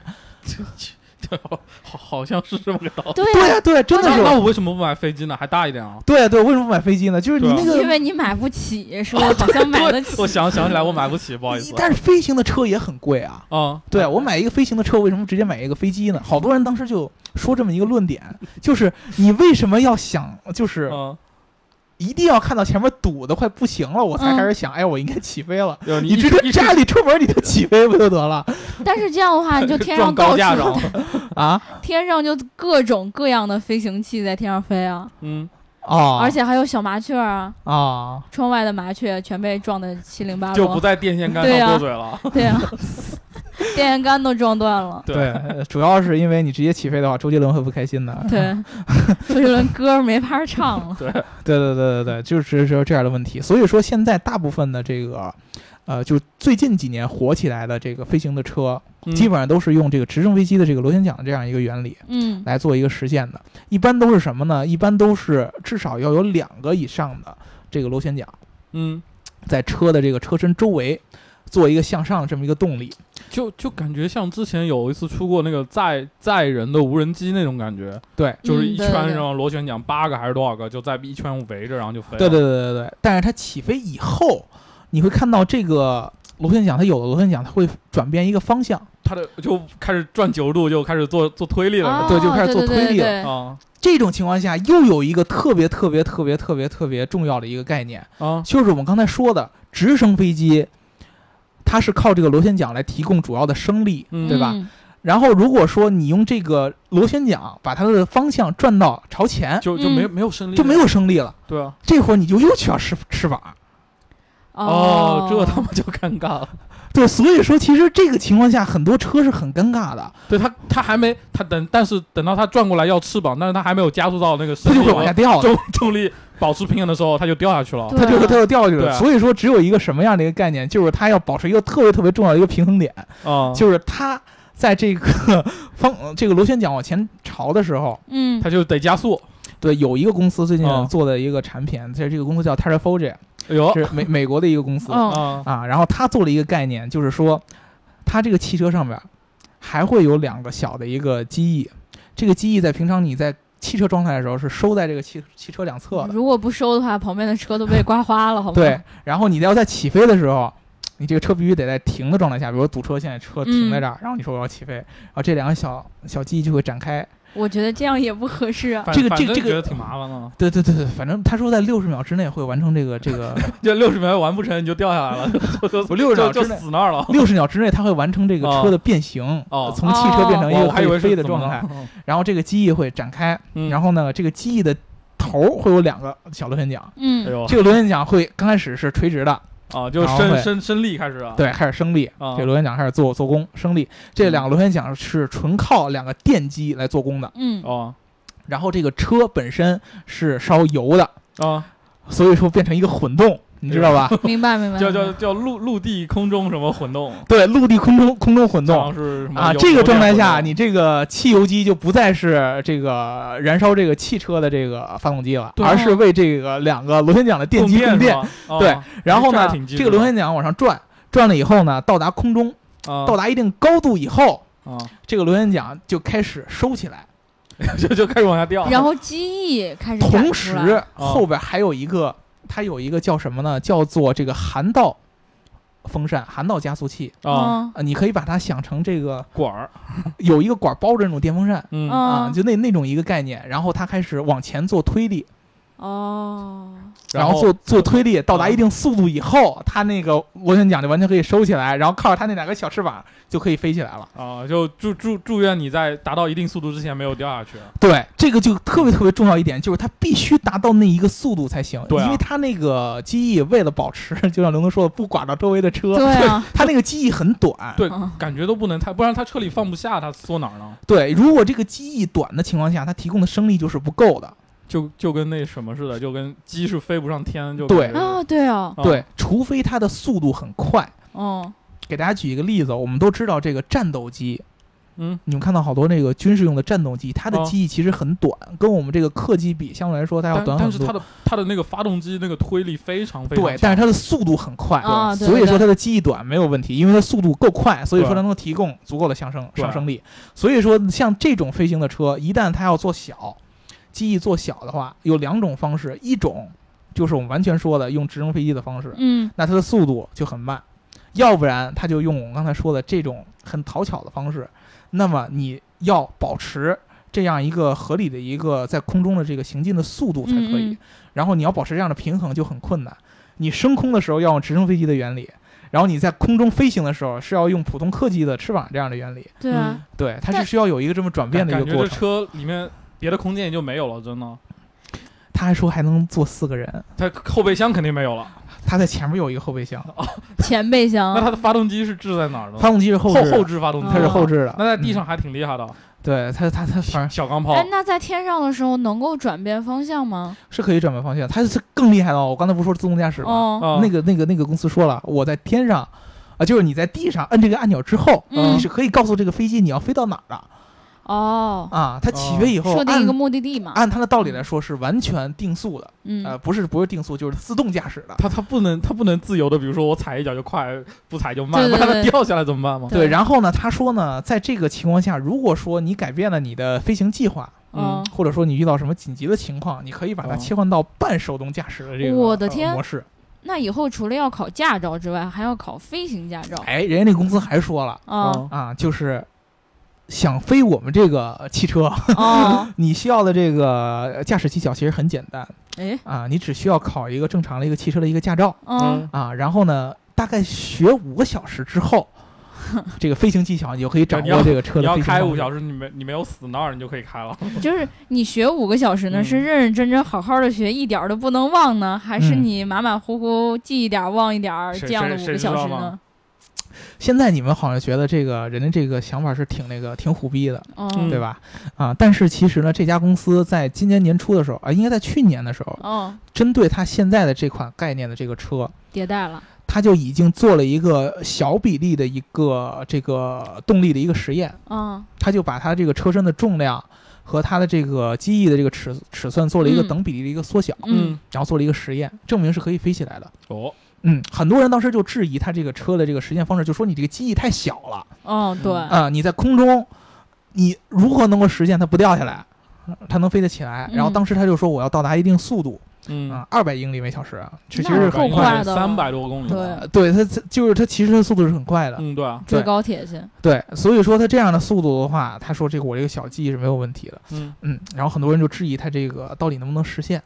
Speaker 3: 好好像是这么个道理。
Speaker 1: 对啊
Speaker 2: 对
Speaker 1: 呀、
Speaker 2: 呀，对，真的
Speaker 3: 那那
Speaker 2: 是。
Speaker 3: 我为什么不买飞机呢？还大一点啊？
Speaker 2: 对呀对，为什么不买飞机呢？就是你
Speaker 3: 对啊
Speaker 2: 那
Speaker 1: 因
Speaker 2: 个，
Speaker 1: 为你买不起，是吧？好像买 得起。
Speaker 3: 我想想起来，我买不起，不好意
Speaker 2: 你
Speaker 3: 思。
Speaker 2: 但是飞行的车也很贵啊。
Speaker 3: 啊，
Speaker 2: 对我买一个飞行的车，为什么直接买一个飞机呢？好多人当时就说这么一个论点， 就是你为什么要想，就是
Speaker 3: 嗯，
Speaker 2: 一定要看到前面堵的快不行了，我才开始
Speaker 1: 嗯
Speaker 2: 想，哎，我应该起飞了。
Speaker 3: 对你
Speaker 2: 你直接家里出门你就起飞不就得 了
Speaker 1: 但是这样的话，你就 天上到
Speaker 3: 撞高架
Speaker 1: 处
Speaker 3: 上，
Speaker 2: 啊？
Speaker 1: 天上就各种各样的飞行器在天上飞啊，
Speaker 3: 嗯，
Speaker 2: 哦，
Speaker 1: 而且还有小麻雀啊，
Speaker 2: 啊，
Speaker 1: 窗外的麻雀全被撞得七零八
Speaker 3: 就不
Speaker 1: 落，
Speaker 3: 在电线杆
Speaker 1: 对
Speaker 3: 上
Speaker 1: 啊
Speaker 3: 多嘴 了。
Speaker 1: 对啊，电线杆都撞断了。
Speaker 2: 对，呃主要是因为你直接起飞的话，周杰伦会不开 心的。
Speaker 1: 对，周杰伦歌儿没法唱了。
Speaker 2: 对对对对对，就是说这样的问题。所以说现在大部分的这个，呃，就最近几年火起来的这个飞行的车，
Speaker 3: 嗯
Speaker 2: 基本上都是用这个直升飞机的这个螺旋桨的这样一个原理
Speaker 1: 嗯，
Speaker 2: 来做一个实现的。一般都是什么呢？一般都是至少要有两个以上的这个螺旋桨
Speaker 3: 嗯，
Speaker 2: 在车的这个车身周围做一个向上这么一个动力。
Speaker 3: 就就感觉像之前有一次出过那个载载人的无人机那种感觉，
Speaker 2: 对。
Speaker 3: 就是
Speaker 1: 嗯
Speaker 3: 一
Speaker 1: 对
Speaker 3: 圈
Speaker 1: 对
Speaker 3: 然后螺旋桨八个还是多少个，就在一圈围着，然后就飞了。
Speaker 2: 对对对对对，但是它起飞以后，你会看到这个螺旋桨，它有的螺旋桨它会转变一个方向，
Speaker 3: 他的就开始转九十度，就开始做做推力了。
Speaker 2: 对就开始
Speaker 1: 哦
Speaker 2: 做推理了
Speaker 1: 对对对对
Speaker 3: 啊
Speaker 2: 这种情况下，又有一个特别特别特别特别特别重要的一个概念，
Speaker 3: 啊，
Speaker 2: 就是我们刚才说的直升飞机，它是靠这个螺旋桨来提供主要的升力。
Speaker 3: 嗯
Speaker 2: 对吧
Speaker 1: 嗯
Speaker 2: 然后如果说你用这个螺旋桨把它的方向转到朝前，
Speaker 3: 就就没
Speaker 1: 嗯
Speaker 3: 没有胜利，
Speaker 2: 就没有升力了。
Speaker 3: 对啊。
Speaker 2: 这会儿你就又需要吃吃法。
Speaker 1: 哦，
Speaker 3: 啊这他妈就尴尬了。
Speaker 2: 对，所以说其实这个情况下，很多车是很尴尬的，
Speaker 3: 对他，他还没他等，但是等到他转过来要翅膀，但是他还没有加速到那个
Speaker 2: 它
Speaker 3: 升
Speaker 2: 就
Speaker 3: 力
Speaker 2: 会往下掉的。
Speaker 3: 重重力保持平衡的时候，他就掉下去了。
Speaker 1: 哦对
Speaker 2: 它就它就掉下去
Speaker 3: 对
Speaker 2: 了。
Speaker 3: 啊
Speaker 2: 所以说，只有一个什么样的一个概念，就是它要保持一个特别特别重要的一个平衡点，
Speaker 3: 啊，
Speaker 2: 就是它在这个方 这个螺旋桨往前朝的时候，
Speaker 1: 嗯
Speaker 3: 他就得加速。
Speaker 2: 对，有一个公司最近
Speaker 3: 嗯
Speaker 2: 做的一个产品，这这个公司叫 Terraforge，
Speaker 3: 哎呦
Speaker 2: 是美美国的一个公司
Speaker 1: 嗯
Speaker 3: 啊，
Speaker 2: 啊。然后它做了一个概念，就是说，它这个汽车上面还会有两个小的一个机翼，这个机翼在平常你在汽车状态的时候是收在这个汽汽车两侧的，
Speaker 1: 如果不收的话，旁边的车都被刮花
Speaker 3: 嗯
Speaker 1: 了，好吗？
Speaker 2: 啊对，，然后你要在起飞的时候，你这个车必须得在停的状态下，比如说堵车，现在车停在这儿，
Speaker 3: 嗯
Speaker 2: 然后你说我要起飞，然后这两个小小机翼就会展开。
Speaker 1: 我觉得这样也不合适啊。
Speaker 3: 反
Speaker 2: 这个
Speaker 3: 反
Speaker 2: 这个
Speaker 3: 正
Speaker 2: 这个
Speaker 3: 觉得挺麻烦啊的，
Speaker 2: 对对对对，反正他说在六十秒之内会完成这个这 个，
Speaker 3: 就六十秒完不成你就掉下来了，就就
Speaker 2: 我60秒
Speaker 3: 就
Speaker 2: 之
Speaker 3: 就
Speaker 2: 内
Speaker 3: 死那儿了。
Speaker 2: 六十秒之内他会完成这个车的变形，
Speaker 3: 哦
Speaker 2: 从汽车变成一
Speaker 3: 我
Speaker 2: 个
Speaker 3: 我还以
Speaker 2: 可
Speaker 3: 为
Speaker 2: 以飞
Speaker 3: 是
Speaker 2: 的
Speaker 3: 怎么
Speaker 2: 状
Speaker 3: 了
Speaker 2: 态，，然后这个机翼会展开，
Speaker 3: 嗯
Speaker 2: 然后呢，这个机翼的头儿会有两个小螺旋桨，
Speaker 3: 哎
Speaker 1: 嗯，
Speaker 3: 呦
Speaker 2: 这个螺旋桨会刚开始是垂直的，
Speaker 3: 啊，就
Speaker 2: 然后
Speaker 3: 升
Speaker 2: 会
Speaker 3: 升升力开始啊，
Speaker 2: 对，开始升力，
Speaker 3: 啊
Speaker 2: 这个螺旋桨开始做做功升力，这
Speaker 3: 嗯
Speaker 2: 两个螺旋桨是纯靠两个电机来做功的。
Speaker 1: 嗯，
Speaker 3: 哦
Speaker 2: 然后这个车本身是烧油的，
Speaker 3: 啊，
Speaker 2: 所以说变成一个混动，你知道吧？
Speaker 1: 明白
Speaker 2: 嗯
Speaker 1: 明 白。
Speaker 3: 叫
Speaker 1: 明白
Speaker 3: 叫叫陆陆地空中什么混动，
Speaker 2: 对，陆地空中空中 混
Speaker 3: 然后
Speaker 2: 动
Speaker 3: 是哦什么
Speaker 2: 啊，
Speaker 3: 油
Speaker 2: 这个
Speaker 3: 油
Speaker 2: 状态
Speaker 3: 电混
Speaker 2: 下，
Speaker 3: 动
Speaker 2: 你这个汽油机就不再是这个燃烧这个汽车的这个发动机了，
Speaker 1: 对
Speaker 3: 啊
Speaker 2: 而是为这个两个螺旋桨的电机供
Speaker 3: 供
Speaker 2: 电。
Speaker 3: 电是 吧，
Speaker 2: 对
Speaker 3: 啊
Speaker 2: 然后
Speaker 3: 这还
Speaker 2: 呢
Speaker 3: 挺，机智
Speaker 2: 这个螺旋桨往上转，转了以后呢，到达空中，
Speaker 3: 啊
Speaker 2: 到达一定高度以后，
Speaker 3: 啊，
Speaker 2: 这个螺旋桨就开始收起来，
Speaker 3: 就就开始往下掉，
Speaker 1: 然后机翼开始展
Speaker 2: 同
Speaker 1: 出来啊
Speaker 2: 时
Speaker 3: 啊
Speaker 2: 后边还有一个，它有一个叫什么呢？叫做这个涵道风扇、涵道加速器。
Speaker 3: 啊
Speaker 1: 嗯
Speaker 2: 啊，你可以把它想成这个
Speaker 3: 管儿，
Speaker 2: 有一个管包着那种电风扇
Speaker 3: 嗯
Speaker 2: 啊，
Speaker 1: 嗯
Speaker 2: 就那那种一个概念。然后它开始往前做推力，
Speaker 1: 哦，
Speaker 2: 然
Speaker 3: 后嗯
Speaker 2: 后做做推力，到达一定速度以后，它那个螺旋桨就完全可以收起来，然后靠着它那两个小翅膀就可以飞起来了。
Speaker 3: 啊，就祝祝祝愿你在达到一定速度之前没有掉下去。
Speaker 2: 对，这个就特别特别重要一点，就是它必须达到那一个速度才行，
Speaker 3: 对啊
Speaker 2: 因为它那个机翼为了保持，就像刘能说的，不刮到周围的车，
Speaker 1: 对啊，
Speaker 2: 它那个机翼很短，
Speaker 3: 对
Speaker 1: 嗯，
Speaker 3: 感觉都不能太，不然他车里放不下，他缩哪儿呢？
Speaker 2: 对如果这个机翼短的情况下，它提供的升力就是不够的。
Speaker 3: 就就跟那什么似的，就跟鸡是飞不上天，就
Speaker 2: 对
Speaker 3: 感觉
Speaker 1: 啊，对哦，
Speaker 3: 啊
Speaker 2: 对，除非它的速度很快。
Speaker 1: 嗯
Speaker 2: 给大家举一个例子，我们都知道这个战斗机，
Speaker 3: 嗯
Speaker 2: 你们看到好多那个军事用的战斗机，它的
Speaker 3: 哦
Speaker 2: 机翼其实很短，跟我们这个客机比，相对来说它要
Speaker 3: 但
Speaker 2: 短很
Speaker 3: 但是
Speaker 2: 多。
Speaker 3: 它的它的那个发动机那个推力非常非常
Speaker 2: 对，但是
Speaker 3: 它
Speaker 2: 它的速度很快，
Speaker 1: 啊对
Speaker 2: 所以
Speaker 1: 对
Speaker 2: 说它的机翼短没有问题，因为它速度够快，所以说
Speaker 3: 对
Speaker 2: 它能够提供足够的上升
Speaker 3: 对
Speaker 2: 上升力。所以说，像这种飞行的车，一旦它要做小，机翼做小的话，有两种方式，一种就是我们完全说的用直升飞机的方式，
Speaker 1: 嗯
Speaker 2: 那它的速度就很慢；要不然，它就用我们刚才说的这种很讨巧的方式。那么你要保持这样一个合理的一个在空中的这个行进的速度才可以，
Speaker 1: 嗯嗯
Speaker 2: 然后你要保持这样的平衡就很困难。你升空的时候要用直升飞机的原理，然后你在空中飞行的时候是要用普通客机的翅膀这样的原理。
Speaker 1: 对
Speaker 3: 嗯
Speaker 1: 啊，
Speaker 2: 对，它
Speaker 1: 但
Speaker 2: 是需要有一个这么转变的一
Speaker 3: 感
Speaker 2: 个
Speaker 3: 觉
Speaker 2: 过
Speaker 3: 这
Speaker 2: 程。
Speaker 3: 车里面别的空间也就没有了，真的。
Speaker 2: 他还说还能坐四个人，
Speaker 3: 它后备箱肯定没有
Speaker 1: 啊
Speaker 3: 了，
Speaker 2: 他在前面有一个后备箱，
Speaker 3: 哦
Speaker 1: 前备
Speaker 3: 那
Speaker 1: 箱
Speaker 3: 它的发动机是置在哪儿呢？
Speaker 2: 发动机是后
Speaker 3: 后
Speaker 2: 置的，
Speaker 3: 后置嗯发动机，啊
Speaker 2: 它是后置的。
Speaker 3: 那在地
Speaker 2: 嗯
Speaker 3: 上还挺厉害的，
Speaker 2: 对它它它反正
Speaker 3: 小钢炮
Speaker 1: 哎，那在天上的时候能够转变方向吗？
Speaker 2: 是可以转换方向，它是更厉害的哦。我刚才不是说嗯自动驾驶吗？
Speaker 1: 哦，
Speaker 3: 啊
Speaker 2: 那个那个那个公司说了，我在天上，啊、就是你在地上摁这个按钮之后，
Speaker 1: 嗯
Speaker 2: 你是可以告诉这个飞机你要飞到哪儿了
Speaker 1: 哦，
Speaker 2: 啊。它起飞以后，
Speaker 1: 设定一个
Speaker 2: 按
Speaker 1: 目的地嘛，
Speaker 2: 按它的道理来说是完全定速的，呃，
Speaker 1: 嗯，
Speaker 2: 不是不是定速，就是自动驾驶的。
Speaker 3: 它它不能它不能自由的，比如说我踩一脚就快，不踩就慢，
Speaker 1: 对
Speaker 3: 不
Speaker 1: 对
Speaker 3: 然它
Speaker 1: 对
Speaker 3: 掉下来怎么办嘛？
Speaker 1: 对
Speaker 2: 对，然后呢，他说呢，在这个情况下，如果说你改变了你的飞行计划，
Speaker 1: 嗯，
Speaker 2: 或者说你遇到什么紧急的情况，你可以把它
Speaker 3: 哦
Speaker 2: 切换到半手动驾驶的这个
Speaker 1: 我的
Speaker 2: 呃
Speaker 1: 天
Speaker 2: 模式。
Speaker 1: 那以后除了要考驾照之外，还要考飞行驾照
Speaker 2: 哎，人家那公司还说了。
Speaker 1: 啊
Speaker 2: 啊，就是想飞我们这个汽车，
Speaker 1: 哦，
Speaker 2: 你需要的这个驾驶技巧其实很简单
Speaker 1: 哎，
Speaker 2: 啊，你只需要考一个正常的一个汽车的一个驾照
Speaker 1: 嗯，
Speaker 2: 啊，然后呢，大概学五个小时之 后。这个飞行技巧，你就可以掌
Speaker 3: 你要
Speaker 2: 握这个车
Speaker 3: 你
Speaker 2: 的
Speaker 3: 要
Speaker 2: 飞行
Speaker 3: 开五
Speaker 2: 方式。
Speaker 3: 小时，你没你没有死那儿，你就可以开了。
Speaker 1: 就是你学五个小时呢，
Speaker 3: 嗯
Speaker 1: 是认认真真好好的学，一点儿都不能忘呢，还是
Speaker 2: 嗯
Speaker 1: 你马马虎虎记一点儿忘一点儿
Speaker 3: 谁
Speaker 1: 这样的
Speaker 3: 谁
Speaker 1: 五个
Speaker 3: 谁知道
Speaker 1: 小时
Speaker 3: 吗
Speaker 1: 呢？
Speaker 2: 现在你们好像觉得这个人家这个想法是挺那个挺虎逼的，
Speaker 1: 嗯，
Speaker 2: 对吧？啊，但是其实呢，这家公司在今年年初的时候啊，应该在去年的时候，
Speaker 1: 哦，
Speaker 2: 针对它现在的这款概念的这个车，
Speaker 1: 迭代了，
Speaker 2: 他就已经做了一个小比例的一个这个动力的一个实验，
Speaker 1: 嗯
Speaker 2: 他就把他这个车身的重量和它的这个机翼的这个尺尺寸做了一个
Speaker 1: 嗯
Speaker 2: 等比例的一个缩小，
Speaker 1: 嗯，
Speaker 2: 然后做了一个实验，证明是可以飞起来的。
Speaker 3: 哦，
Speaker 2: 嗯，很多人当时就质疑他这个车的这个实验方式，就说你这个机翼太小了
Speaker 1: 哦，对，
Speaker 3: 嗯
Speaker 2: 啊、你在空中你如何能够实现它不掉下来？它能飞得起来，然后
Speaker 1: 嗯
Speaker 2: 当时他就说我要到达一定速度
Speaker 3: 嗯，
Speaker 2: 啊，二百英里每小时，这其
Speaker 1: 那
Speaker 2: 实是
Speaker 1: 够
Speaker 2: 很
Speaker 1: 快
Speaker 2: 快的。
Speaker 1: 的
Speaker 3: 三百多公里。
Speaker 1: 对，
Speaker 2: 对，它它就是它其实它速度是很快的。
Speaker 3: 嗯，对啊，
Speaker 1: 坐
Speaker 2: 对
Speaker 1: 高铁去，
Speaker 2: 对，所以说他这样的速度的话，他说这个我这个小记忆是没有问题的，
Speaker 3: 嗯
Speaker 2: 嗯，然后很多人就质疑他这个到底能不能实现，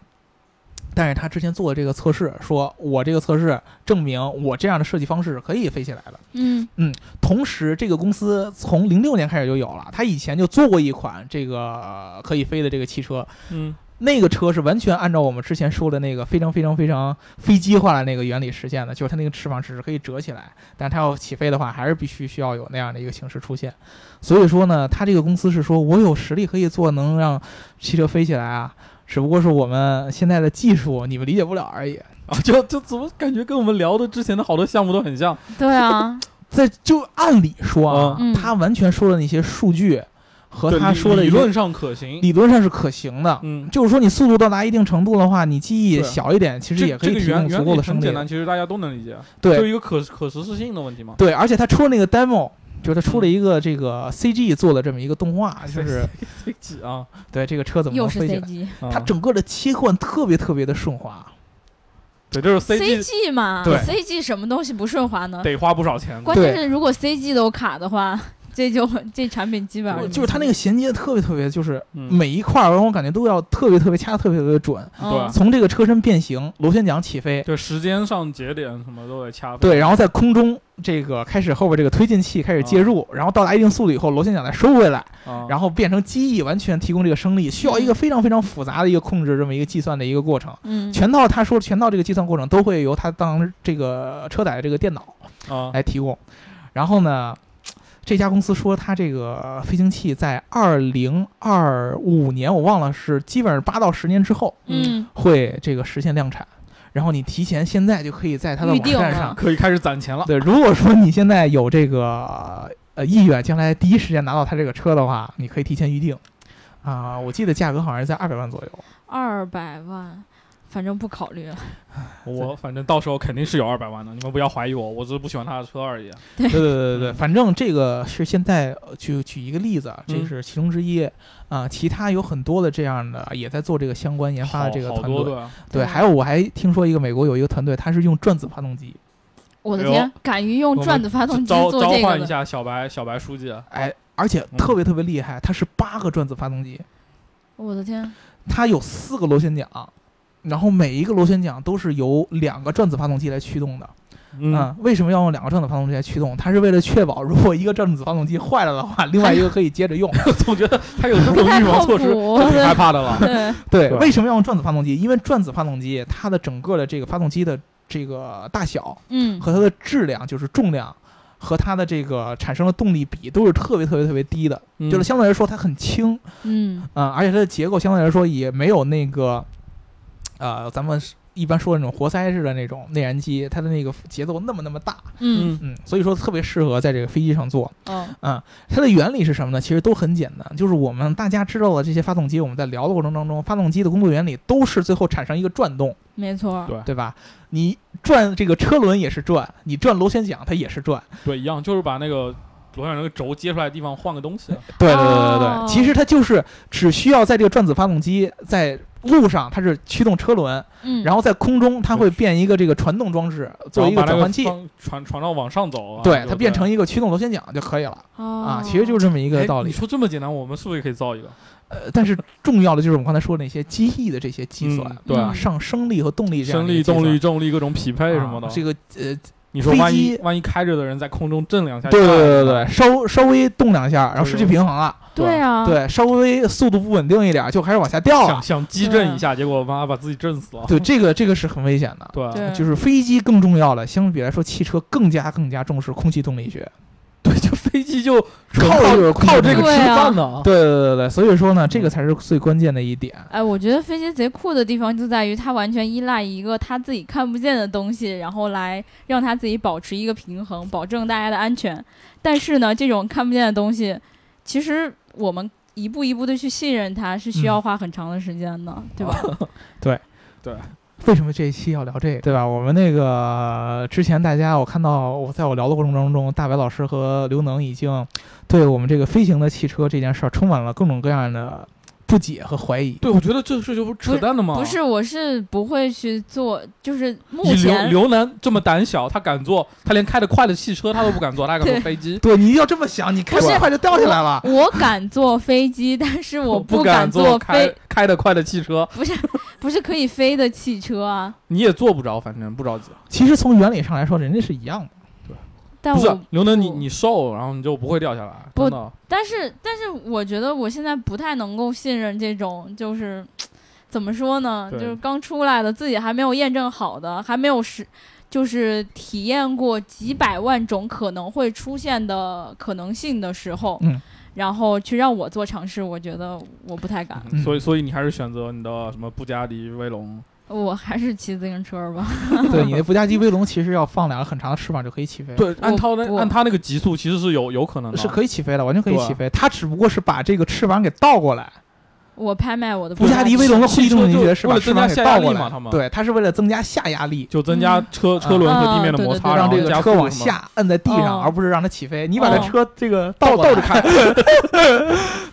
Speaker 2: 但是他之前做的这个测试，说我这个测试证明我这样的设计方式是可以飞起来的。
Speaker 1: 嗯
Speaker 2: 同时，这个公司从零六年开始就有了，他以前就做过一款这个呃可以飞的这个汽车，
Speaker 3: 嗯，
Speaker 2: 那个车是完全按照我们之前说的那个非常非常非常飞机化的那个原理实现的，就是它那个翅膀只是可以折起来，但是它要起飞的话，还是必须需要有那样的一个形式出现。所以说呢，它这个公司是说我有实力可以做能让汽车飞起来啊，只不过是我们现在的技术你们理解不了而已。
Speaker 3: 啊，就就怎么感觉跟我们聊的之前的好多项目都很像？
Speaker 1: 对 啊，
Speaker 2: 在就按理说啊，
Speaker 1: 嗯
Speaker 2: 他完全说的那些数据和
Speaker 3: 对
Speaker 2: 他
Speaker 3: 理
Speaker 2: 说的
Speaker 3: 理
Speaker 2: 一些
Speaker 3: 论上可行。
Speaker 2: 理论上是可行的。
Speaker 3: 嗯，
Speaker 2: 就是说，你速度到达一定程度的话，你记忆
Speaker 3: 对啊
Speaker 2: 小一点，其实
Speaker 3: 这
Speaker 2: 也可
Speaker 3: 这
Speaker 2: 以
Speaker 3: 个
Speaker 2: 提供
Speaker 3: 原
Speaker 2: 足
Speaker 3: 原
Speaker 2: 够
Speaker 3: 理
Speaker 2: 的升
Speaker 3: 很
Speaker 2: 力
Speaker 3: 简。单，其实大家都能理解，
Speaker 2: 对，
Speaker 3: 就一个可可实施性的问 题嘛。
Speaker 2: 对，而且他出那个 demo，就是他出
Speaker 1: 嗯
Speaker 2: 了一个这个 CG 做的这么一个动画，就是
Speaker 3: 飞机啊，
Speaker 2: 对这个车怎么
Speaker 1: 又
Speaker 2: 能
Speaker 1: 是
Speaker 2: 飞起
Speaker 1: C
Speaker 2: 来，
Speaker 1: G
Speaker 2: 它
Speaker 3: 啊
Speaker 2: 整个的切换特别特别的顺滑。
Speaker 3: 对，就是 CG
Speaker 1: G 嘛
Speaker 2: 对
Speaker 1: ，C G 什么东西不顺滑呢？
Speaker 3: 得花不少钱。
Speaker 1: 关键是如果 C G 都卡的话， 这就这产品基本上
Speaker 2: 就是它那个衔接特别特别，就是
Speaker 3: 嗯，
Speaker 2: 每一块儿让我感觉都要特别特别掐，特别特别准。
Speaker 1: 嗯
Speaker 3: 对
Speaker 2: 从这个车身变形、螺旋桨起飞，
Speaker 3: 对，时间上节点什么都得掐。
Speaker 2: 对，，然后在空中这个开始后边这个推进器
Speaker 1: 啊
Speaker 2: 开始介入，然后到达一定速度以后，螺旋桨再收回来，
Speaker 3: 啊，
Speaker 2: 然后变成机翼完全提供这个升力，需要一
Speaker 1: 嗯
Speaker 2: 个非常非常复杂的一个控制这么一个计算的一个过程。
Speaker 1: 嗯
Speaker 2: 全套他说全套这个计算过程都会由他当这个车载的这个电脑
Speaker 1: 哦
Speaker 3: 啊，
Speaker 2: 来提供。然后呢，这家公司说他这个飞行器在二零二五年，我忘了是基本上八到十年之后
Speaker 1: 嗯，
Speaker 2: 会这个实现量产。然后你提前现在就可以在它的
Speaker 1: 预
Speaker 2: 网
Speaker 1: 定
Speaker 2: 站
Speaker 1: 了
Speaker 2: 上，
Speaker 3: 可以开始攒钱了。
Speaker 2: 对，如果说你现在有这个呃意愿，将来第一时间拿到它这个车的话，你可以提前预定。啊、我记得价格好像是在二百万左右。
Speaker 1: 二百万，反正不考虑了。
Speaker 3: 我反正到时候肯定是有二百万的，你们不要怀疑我，我只是不喜欢他的车而已。啊
Speaker 2: 对对
Speaker 3: 嗯
Speaker 2: 对对对，反正这个是现在呃就举一个例子啊，这
Speaker 3: 嗯
Speaker 2: 是其中之一啊、其他有很多的这样的也在做这个相关研发
Speaker 3: 好
Speaker 2: 的这个
Speaker 3: 好
Speaker 2: 团
Speaker 3: 多啊
Speaker 2: 队。
Speaker 3: 个，
Speaker 2: 对，
Speaker 1: 对
Speaker 2: 还有我还听说一个美国有一个团队，它是用转子发动机。
Speaker 1: 我的
Speaker 3: 哎呦
Speaker 1: 天，敢于用转子发动机
Speaker 3: 召
Speaker 1: 做
Speaker 3: 召
Speaker 1: 这个
Speaker 3: 唤一
Speaker 1: 的，
Speaker 3: 下小白小白书记，啊
Speaker 2: 哎，而且特别特别厉害，它是八个转子发动机，
Speaker 1: 我的 天，
Speaker 2: 它有四个螺旋桨，然后每一个螺旋桨都是由两个转子发动机来驱动的。 啊
Speaker 3: 嗯，
Speaker 2: 为什么要用两个转子发动机来驱动？它是为了确保如果一个转子发动机坏了的话，另外一个可以接着用。
Speaker 3: 总觉得他有这种
Speaker 1: 不太
Speaker 3: 预防
Speaker 1: 靠
Speaker 3: 措
Speaker 1: 谱。
Speaker 3: 施，挺害怕的了。
Speaker 1: 对，
Speaker 2: 对，
Speaker 3: 对
Speaker 2: 为什么要用转子发动机？因为转子发动机它的整个的这个发动机的这个大小
Speaker 1: 嗯，
Speaker 2: 和它的质量，就是重量和它的这个产生的动力比，都是特别特别特别低的，
Speaker 3: 嗯
Speaker 2: 就是相对来说它很轻
Speaker 1: 嗯，
Speaker 2: 啊、而且它的结构相对来说也没有那个，呃，咱们一般说的那种活塞式的那种内燃机，它的那个节奏那么那么大，
Speaker 1: 嗯，
Speaker 3: 嗯
Speaker 2: 嗯，所以说特别适合在这个飞机上做。
Speaker 1: 哦，
Speaker 2: 它的原理是什么呢？其实都很简单，就是我们大家知道的这些发动机，我们在聊的过程当中，发动机的工作原理都是最后产生一个转动，
Speaker 1: 没错，
Speaker 3: 对
Speaker 2: 对吧？你转这个车轮也是转，你转螺旋桨它也是转。
Speaker 3: 对，一样，就是把那个螺旋那个轴接出来的地方换个东西。
Speaker 2: 对
Speaker 1: 对对对对哦
Speaker 2: 其实它就是只需要在这个转子发动机在路上它是驱动车轮，
Speaker 1: 嗯，
Speaker 2: 然后在空中它会变一个这个传动装置，做一
Speaker 3: 然后把那
Speaker 2: 转
Speaker 3: 个
Speaker 2: 换器，
Speaker 3: 方传传到往上走、啊，
Speaker 2: 对
Speaker 3: 就
Speaker 2: 它变成一个驱动螺旋桨就可以了
Speaker 1: 后
Speaker 2: 啊。其实就是这么一
Speaker 3: 一
Speaker 2: 个道
Speaker 3: 哎你
Speaker 2: 理。
Speaker 3: 说这么简单，我们是不是也可以造一个？
Speaker 2: 呃，但是重要的就是我们刚才说的那些机翼的这些计算
Speaker 3: 嗯。对
Speaker 1: 嗯
Speaker 2: 啊，上升力和动力这样
Speaker 3: 升
Speaker 2: 的一
Speaker 3: 力、
Speaker 2: 个计算，
Speaker 3: 动力、重力各种匹配什么的。
Speaker 2: 啊这个呃，
Speaker 3: 你说
Speaker 2: 飞
Speaker 3: 万一
Speaker 2: 机
Speaker 3: 万一开着的人在空中震两下，
Speaker 2: 对对对对对，，稍稍微动两下，然后失去平衡了，
Speaker 1: 对啊，
Speaker 2: 对，稍微速度不稳定一点，就开始往下掉
Speaker 3: 想
Speaker 2: 了。
Speaker 3: 想激震一下，结果妈把自己震死了。
Speaker 2: 对，这个这个是很危险的。
Speaker 3: 对
Speaker 1: 对
Speaker 2: 就是飞机更重要了，相比来说，汽车更加更加重视空气动力学。
Speaker 3: 对，就飞机就纯
Speaker 2: 靠这个
Speaker 3: 靠靠这个
Speaker 1: 对
Speaker 3: 吃
Speaker 1: 啊
Speaker 3: 饭的啊。
Speaker 2: 对对对对，所以说呢，这个才是最关键的一点。
Speaker 1: 哎，我觉得飞机贼酷的地方就在于它完全依赖一个它自己看不见的东西，然后来让它自己保持一个平衡，保证大家的安全。但是呢，这种看不见的东西，其实我们一步一步的去信任它是
Speaker 3: 嗯
Speaker 1: 需要花很长的时间的，对 吧？
Speaker 2: 为什么这一期要聊这个，对吧？我们那个之前大家，我看到我在我聊的过程当中，大白老师和刘能已经对我们这个飞行的汽车这件事儿充满了各种各样的不解和怀疑。
Speaker 3: 对，我觉得这这就不是扯淡的吗？
Speaker 1: 不是，我是不会去做，就是目
Speaker 3: 以刘
Speaker 1: 前
Speaker 3: 刘能这么胆小，他敢坐，他连开得快的汽车他都不敢坐，他还敢坐飞机？
Speaker 2: 对，你要这么想，你开
Speaker 1: 不是
Speaker 2: 得快就掉下来了。
Speaker 1: 我敢坐飞机，但是我
Speaker 3: 不
Speaker 1: 敢
Speaker 3: 坐开
Speaker 1: 飞，
Speaker 3: 开得快的汽车，
Speaker 1: 不是可以飞的汽车啊。
Speaker 3: 你也坐不着，反正不着急。
Speaker 2: 其实从原理上来说，人家是一样的。
Speaker 1: 但
Speaker 3: 不是
Speaker 1: 我
Speaker 3: 刘能，你
Speaker 1: 不
Speaker 3: 你瘦，然后你就不会掉下来，
Speaker 1: 不啊
Speaker 3: 真的。
Speaker 1: 但是，但是我觉得我现在不太能够信任这种，就是怎么说呢，就
Speaker 3: 对
Speaker 1: 是刚出来的，自己还没有验证好的，还没有实，就是体验过几百万种可能会出现的可能性的时候，
Speaker 2: 嗯
Speaker 1: 然后去让我做尝试，我觉得我不太敢，
Speaker 2: 嗯
Speaker 3: 所以，所以你还是选择你的什么布加迪威龙？
Speaker 2: 嗯
Speaker 1: 我还是骑自行车吧。
Speaker 2: 对，你那布加迪威龙其实要放两个很长的翅膀就可以起飞了，
Speaker 3: 对，按他
Speaker 1: 我
Speaker 3: 那按他那个极速，其实是有有可能的。
Speaker 2: 是可以起飞的，完全可以
Speaker 3: 对啊
Speaker 2: 起飞。它只不过是把这个翅膀给倒过来。
Speaker 1: 我拍卖我的
Speaker 2: 布加迪威龙 的空气动力学是把
Speaker 3: 汽
Speaker 2: 翅
Speaker 3: 车就为
Speaker 2: 膀
Speaker 3: 了增加
Speaker 2: 给
Speaker 3: 下压
Speaker 2: 倒
Speaker 3: 力
Speaker 2: 过
Speaker 3: 嘛
Speaker 2: 来
Speaker 3: 他们，
Speaker 2: 对，它是为了增加下压力。
Speaker 3: 就增加车
Speaker 2: 嗯
Speaker 3: 车轮和地面的摩
Speaker 1: 啊
Speaker 3: 擦，然
Speaker 2: 让
Speaker 3: 后
Speaker 2: 这
Speaker 1: 对
Speaker 2: 个
Speaker 3: 加
Speaker 2: 车
Speaker 3: 速
Speaker 2: 往
Speaker 3: 什么。
Speaker 2: 下摁在地上，
Speaker 1: 哦
Speaker 2: 而不是让它起飞。你把它
Speaker 1: 哦
Speaker 2: 车这个倒
Speaker 3: 倒
Speaker 2: 倒
Speaker 3: 着
Speaker 2: 着
Speaker 3: 开
Speaker 2: 开，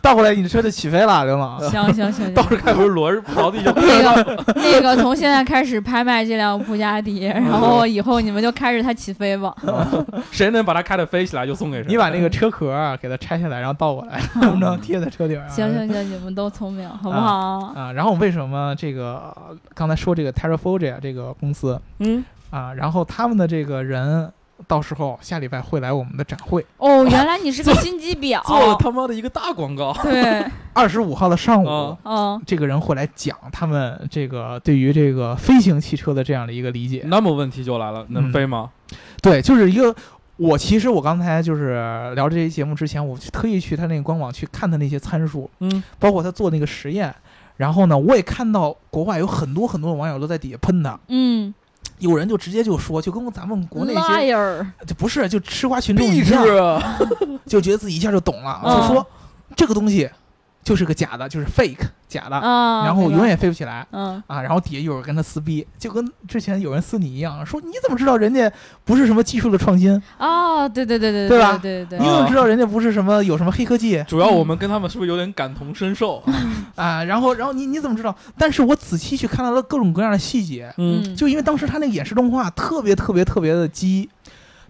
Speaker 2: 倒过来你的车就起飞了，刘总。
Speaker 1: 行行行，
Speaker 3: 倒着开不是轮儿不着地就
Speaker 1: 那个那个，从现在开始拍卖这辆布加迪，
Speaker 2: 嗯
Speaker 1: 然后以后你们就开着它起飞吧。
Speaker 3: 谁能把它开得飞起来就送给谁。
Speaker 2: 你把那个车壳啊给它拆下来，然后倒过来， 能不能贴在车顶上？
Speaker 1: 哦行行行，你们都聪明，好不好？
Speaker 2: 啊。然后为什么这个刚才说这个 Terraforge 啊这个公司
Speaker 3: 嗯，
Speaker 2: 啊，然后他们的这个人到时候下礼拜会来我们的展会，
Speaker 1: 哦，原来你是个心机婊。
Speaker 3: 做了他妈的一个大 广告。
Speaker 1: 对，
Speaker 2: 二十五号的上午
Speaker 3: 啊。
Speaker 1: 嗯，
Speaker 2: 这个人会来讲他们这个对于这个飞行汽车的这样的一个理解，
Speaker 3: 那么问题就来了，能
Speaker 2: 嗯
Speaker 3: 飞吗？
Speaker 2: 对，就是一个。我其实我刚才就是聊这些节目之前，我去特意去他那个官网去看他那些参数，
Speaker 3: 嗯，
Speaker 2: 包括他做那个实验。然后呢，我也看到国外有很多很多网友都在底下喷他，
Speaker 1: 嗯，
Speaker 2: 有人就直接就说，就跟咱们国内一些
Speaker 1: liar，
Speaker 2: 就不是就吃瓜群众一
Speaker 4: 必是
Speaker 2: 样，
Speaker 1: 啊
Speaker 2: 就觉得自己一下就懂了，
Speaker 1: 嗯
Speaker 2: 就说这个东西就是个假的，就是 fake 假的，
Speaker 1: 啊，
Speaker 2: 然后
Speaker 1: 明白
Speaker 2: 永，远飞不起来。
Speaker 1: 嗯
Speaker 2: 啊，然后底下又有人跟他撕逼，就跟之前有人撕你一样，说你怎么知道人家不是什么技术的创新？
Speaker 1: 哦，对对对对
Speaker 2: 对吧
Speaker 1: 对对
Speaker 2: 你
Speaker 1: 对，
Speaker 4: 啊
Speaker 2: 怎么知道人家不是什么有什么黑科技
Speaker 4: 主要我们跟他们是不是有点感同身受？
Speaker 2: 啊？然后，然后你你怎么知道？但是我仔细去看到了各种各样的细节，
Speaker 1: 嗯，
Speaker 2: 就因为当时他那个演示动画特别特别特别的激，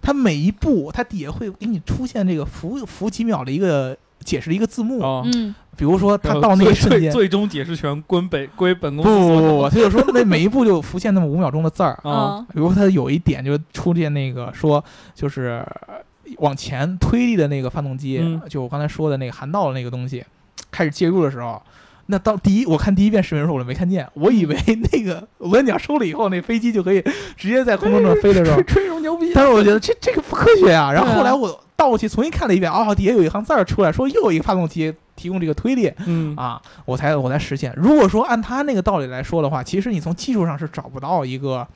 Speaker 2: 他每一步他底下会给你出现这个浮浮几秒的一个解释的一个字幕，
Speaker 3: 哦
Speaker 4: 啊，
Speaker 1: 嗯
Speaker 2: 比如说
Speaker 3: 呃
Speaker 2: 他到那一瞬
Speaker 4: 最
Speaker 2: 间，
Speaker 4: 最终解释权归本归本公
Speaker 2: 不
Speaker 4: 司
Speaker 2: 不
Speaker 4: 所
Speaker 2: 不
Speaker 4: 有
Speaker 2: 不，他就说那每一步就浮现那么五秒钟的字儿，
Speaker 4: 啊，，
Speaker 1: 嗯
Speaker 2: 比如他有一点就出现那个说，就是呃往前推力的那个发动机，
Speaker 3: 嗯
Speaker 2: 就我刚才说的那个涵道的那个东西，开始介入的时候，那到第一我看第一遍视频的时候我就没看见，我以为那个螺旋桨收了以后，那飞机就可以直接在空中这么飞的时候
Speaker 4: 吹牛牛逼，啊
Speaker 2: 但是我觉得这这个不科学啊。然后
Speaker 1: 对啊
Speaker 2: 后来我倒过去重新看了一遍，哦，底下有一行字儿出来说又有一个发动机提供这个推力
Speaker 3: 嗯
Speaker 2: 啊，我才我才实现。如果说按他那个道理来说的话，其实你从技术上是找不到一个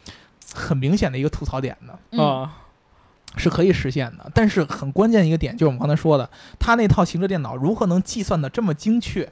Speaker 2: 很明显的一个吐槽点的。
Speaker 1: 嗯
Speaker 3: 啊，
Speaker 2: 是可以实现的，但是很关键一个点就是我们刚才说的，他那套行车电脑如何能计算的这么精确？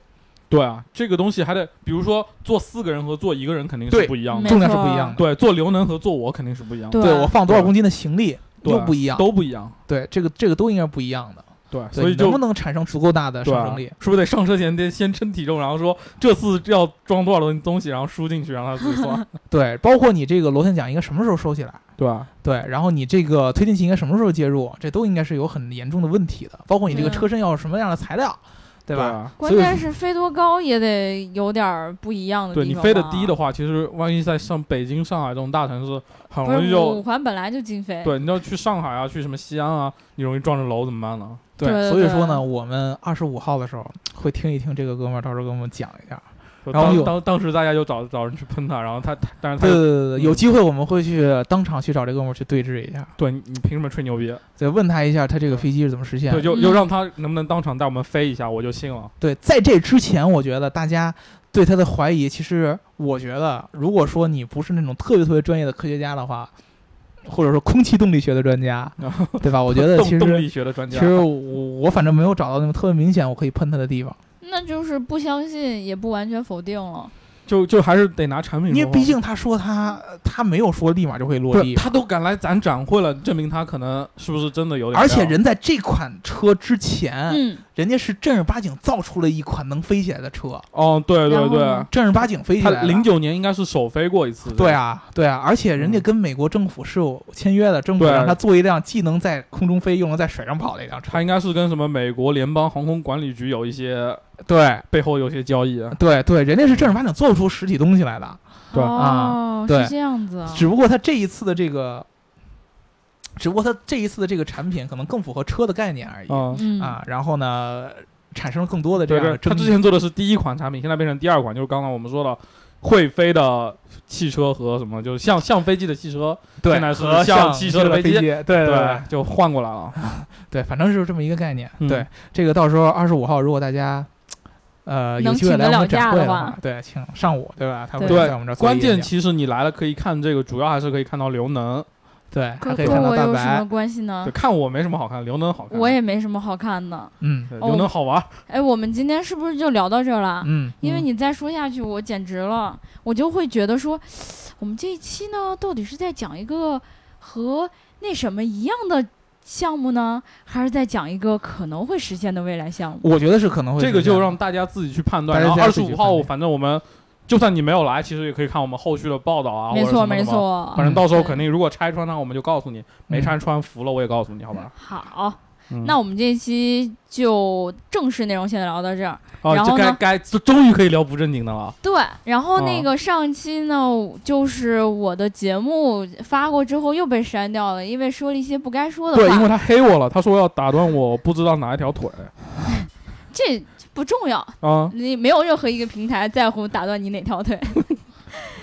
Speaker 3: 对啊，这个东西还得，比如说做四个人和做一个人肯定
Speaker 2: 对
Speaker 3: 是不一样
Speaker 1: 没
Speaker 3: 的，
Speaker 2: 重量是
Speaker 1: 错
Speaker 2: 不一样的。
Speaker 3: 对，做刘能和做我肯定是不一样的，
Speaker 1: 对
Speaker 2: 我放多少公斤的行李
Speaker 3: 对
Speaker 2: 又不一样。
Speaker 3: 都不一样，
Speaker 2: 对，这个这个都应该不一样的。
Speaker 3: 对，
Speaker 2: 对
Speaker 3: 所以
Speaker 2: 能
Speaker 3: 就
Speaker 2: 不能产生足够大的
Speaker 3: 对
Speaker 2: 上
Speaker 3: 啊
Speaker 2: 升力？
Speaker 3: 是不是得上车前得先称体重，然后说这次要装多少东东西，然后输进去，让他自 己算，
Speaker 2: 对，包括你这个螺旋桨应该什么时候收起来？
Speaker 3: 对啊吧？
Speaker 2: 对，然后你这个推进器应该什么时候介入？这都应该是有很严重的问题的。包括你这个
Speaker 1: 对啊
Speaker 2: 车身要什么样的材料， 对
Speaker 3: 对
Speaker 2: 吧？
Speaker 3: 吧？
Speaker 1: 关键是飞多高也得有点儿不一样的
Speaker 3: 对
Speaker 1: 地
Speaker 3: 你
Speaker 1: 方吧。
Speaker 3: 飞得低的话，其实万一在像北京、上海这种大城市，很
Speaker 1: 不
Speaker 3: 容易
Speaker 1: 是
Speaker 3: 就
Speaker 1: 五环本来就禁飞，
Speaker 3: 对，你要去上海啊，去什么西安啊，你容易撞着楼怎么办呢？
Speaker 2: 对
Speaker 1: 对对
Speaker 2: 所以说
Speaker 1: 对
Speaker 2: 呢，我们二十五号的时候会听一听这个哥们儿，到时候给我们讲一下。
Speaker 3: 就
Speaker 2: 然后有
Speaker 3: 当当当时大家就找找人去喷他，然后他他但是他
Speaker 2: 对对
Speaker 3: 又
Speaker 2: 对对，
Speaker 3: 嗯
Speaker 2: 有机会我们会去当场去找这哥们儿去对峙一下，
Speaker 3: 对你你凭什么吹牛逼？
Speaker 2: 再问他一下他这个飞机是怎么实现
Speaker 3: 对，
Speaker 2: 的。
Speaker 3: 就
Speaker 1: 嗯
Speaker 3: 就让他能不能当场带我们飞一下，我就信了。
Speaker 2: 对，在这之前，我觉得大家对他的怀疑，其实我觉得，如果说你不是那种特别特别专业的科学家的话，或者说空气动力学的专 家，对吧？我觉得
Speaker 3: 动
Speaker 2: 其
Speaker 3: 动
Speaker 2: 实
Speaker 3: 力学的专
Speaker 2: 其
Speaker 3: 家，
Speaker 2: 实我我反正没有找到那种特别明显我可以喷他的地方，
Speaker 1: 那就是不相信，也不完全否定了。
Speaker 3: 就就还是得拿产品
Speaker 2: 因
Speaker 3: 说
Speaker 2: 为
Speaker 3: 话，
Speaker 2: 毕竟他说他他没有说立马就会
Speaker 3: 不
Speaker 2: 落
Speaker 3: 是
Speaker 2: 地，
Speaker 3: 他都敢来咱展会了，证明他可能是不是真的有点料。
Speaker 2: 而且人在这款车之前，
Speaker 1: 嗯，
Speaker 2: 人家是正儿八经造出了一款能飞起来的车。
Speaker 3: 哦，对
Speaker 1: 然
Speaker 3: 对
Speaker 1: 后呢
Speaker 3: 对，
Speaker 2: 正儿八经飞起
Speaker 3: 他
Speaker 2: 来了。
Speaker 3: 零九年应该是首飞过一次。
Speaker 2: 对，啊，对啊，而且人家
Speaker 3: 嗯
Speaker 2: 跟美国政府是有签约的，政府
Speaker 3: 对
Speaker 2: 让他做一辆既能在空中飞又能在水上跑的一辆车
Speaker 3: 他。应该是跟什么美国联邦航空管理局有一些
Speaker 2: 对
Speaker 3: 背后有些交易。啊
Speaker 2: 对对，人家是正儿八经做出实体东西来的，
Speaker 3: 对
Speaker 1: 哦
Speaker 2: 啊，
Speaker 1: 是
Speaker 2: 对
Speaker 1: 这样子啊。
Speaker 2: 只不过他这一次的这个，只不过他这一次的这个产品可能更符合车的概念而已、
Speaker 3: 嗯，
Speaker 1: 嗯，
Speaker 2: 啊。然后呢，产生了更多的这
Speaker 3: 对
Speaker 2: 样
Speaker 3: 对
Speaker 2: 的，
Speaker 3: 他
Speaker 2: 争
Speaker 3: 之
Speaker 2: 议。
Speaker 3: 前做的是第一款产品，现在变成第二款，就是刚才我们说了。会飞的汽车和什么，就是像像飞机的汽车，
Speaker 2: 对，
Speaker 3: 现在是
Speaker 2: 和
Speaker 3: 像
Speaker 2: 汽
Speaker 3: 汽车的
Speaker 2: 的
Speaker 3: 飞
Speaker 2: 机，
Speaker 3: 机
Speaker 2: 对对对，
Speaker 3: 就换过来了。
Speaker 2: 对，反正是这么一个概念。
Speaker 3: 嗯
Speaker 2: 对，这个到时候二十五号，如果大家呃有
Speaker 1: 能
Speaker 2: 机会
Speaker 1: 请
Speaker 2: 来
Speaker 1: 得
Speaker 2: 我
Speaker 1: 了
Speaker 2: 们
Speaker 1: 假
Speaker 2: 展会
Speaker 1: 的
Speaker 2: 话
Speaker 1: 话，
Speaker 2: 对，请上午，对吧？他会
Speaker 1: 对
Speaker 2: 在我们这儿做
Speaker 3: 关
Speaker 2: 一个
Speaker 3: 键
Speaker 2: 演讲
Speaker 3: 其实你来了可以看这个，主要还是可以看到刘能，
Speaker 2: 对，
Speaker 1: 跟
Speaker 2: 还可以
Speaker 1: 跟
Speaker 2: 看到
Speaker 1: 我
Speaker 2: 大
Speaker 1: 有什
Speaker 2: 白
Speaker 1: 么，关系呢
Speaker 3: 对，？看我没什么好看，刘能好看，
Speaker 1: 啊我也没什么好看的。
Speaker 2: 嗯
Speaker 3: 对
Speaker 1: 哦
Speaker 3: 刘能好玩，
Speaker 1: 哎，我们今天是不是就聊到这儿了？
Speaker 2: 嗯，
Speaker 1: 因为你再说下去，我简直了，我就会觉得说，我们这一期呢，到底是在讲一个和那什么一样的项目呢，还是在讲一个可能会实现的未来项目？
Speaker 2: 我觉得是可能会
Speaker 3: 这个
Speaker 2: 是样
Speaker 3: 就让大家自己去判断。
Speaker 2: 大
Speaker 3: 然
Speaker 2: 家
Speaker 3: 后
Speaker 2: 自
Speaker 3: 二
Speaker 2: 己去
Speaker 3: 十
Speaker 2: 判
Speaker 3: 五
Speaker 2: 断
Speaker 3: 号，反正我们就算你没有来，其实也可以看我们后续的报道啊，
Speaker 1: 没
Speaker 3: 或者
Speaker 1: 错，
Speaker 3: 什么
Speaker 1: 没
Speaker 3: 的嘛。
Speaker 1: 错。嗯
Speaker 3: 反正到时候
Speaker 1: 对
Speaker 3: 肯定，如果拆穿他，我们就告诉你；没
Speaker 2: 嗯
Speaker 3: 拆穿服了，我也告诉你，好吧？
Speaker 1: 好，
Speaker 3: 嗯
Speaker 1: 那我们这一期就正式内容先聊到这儿。
Speaker 3: 哦，
Speaker 1: 然
Speaker 3: 这
Speaker 1: 后
Speaker 3: 该
Speaker 1: 呢
Speaker 3: 该这终于可以聊不正经的了。
Speaker 1: 对，然后那
Speaker 3: 哦
Speaker 1: 个上期呢，就是我的节目发过之后又被删掉了，因为说了一些不该说的
Speaker 3: 对，因
Speaker 1: 话。
Speaker 3: 为他黑我了，他说要打断我，不知道哪一条腿
Speaker 1: 这不重要，
Speaker 3: 啊。
Speaker 1: 你没有任何一个平台在乎打断你哪条腿。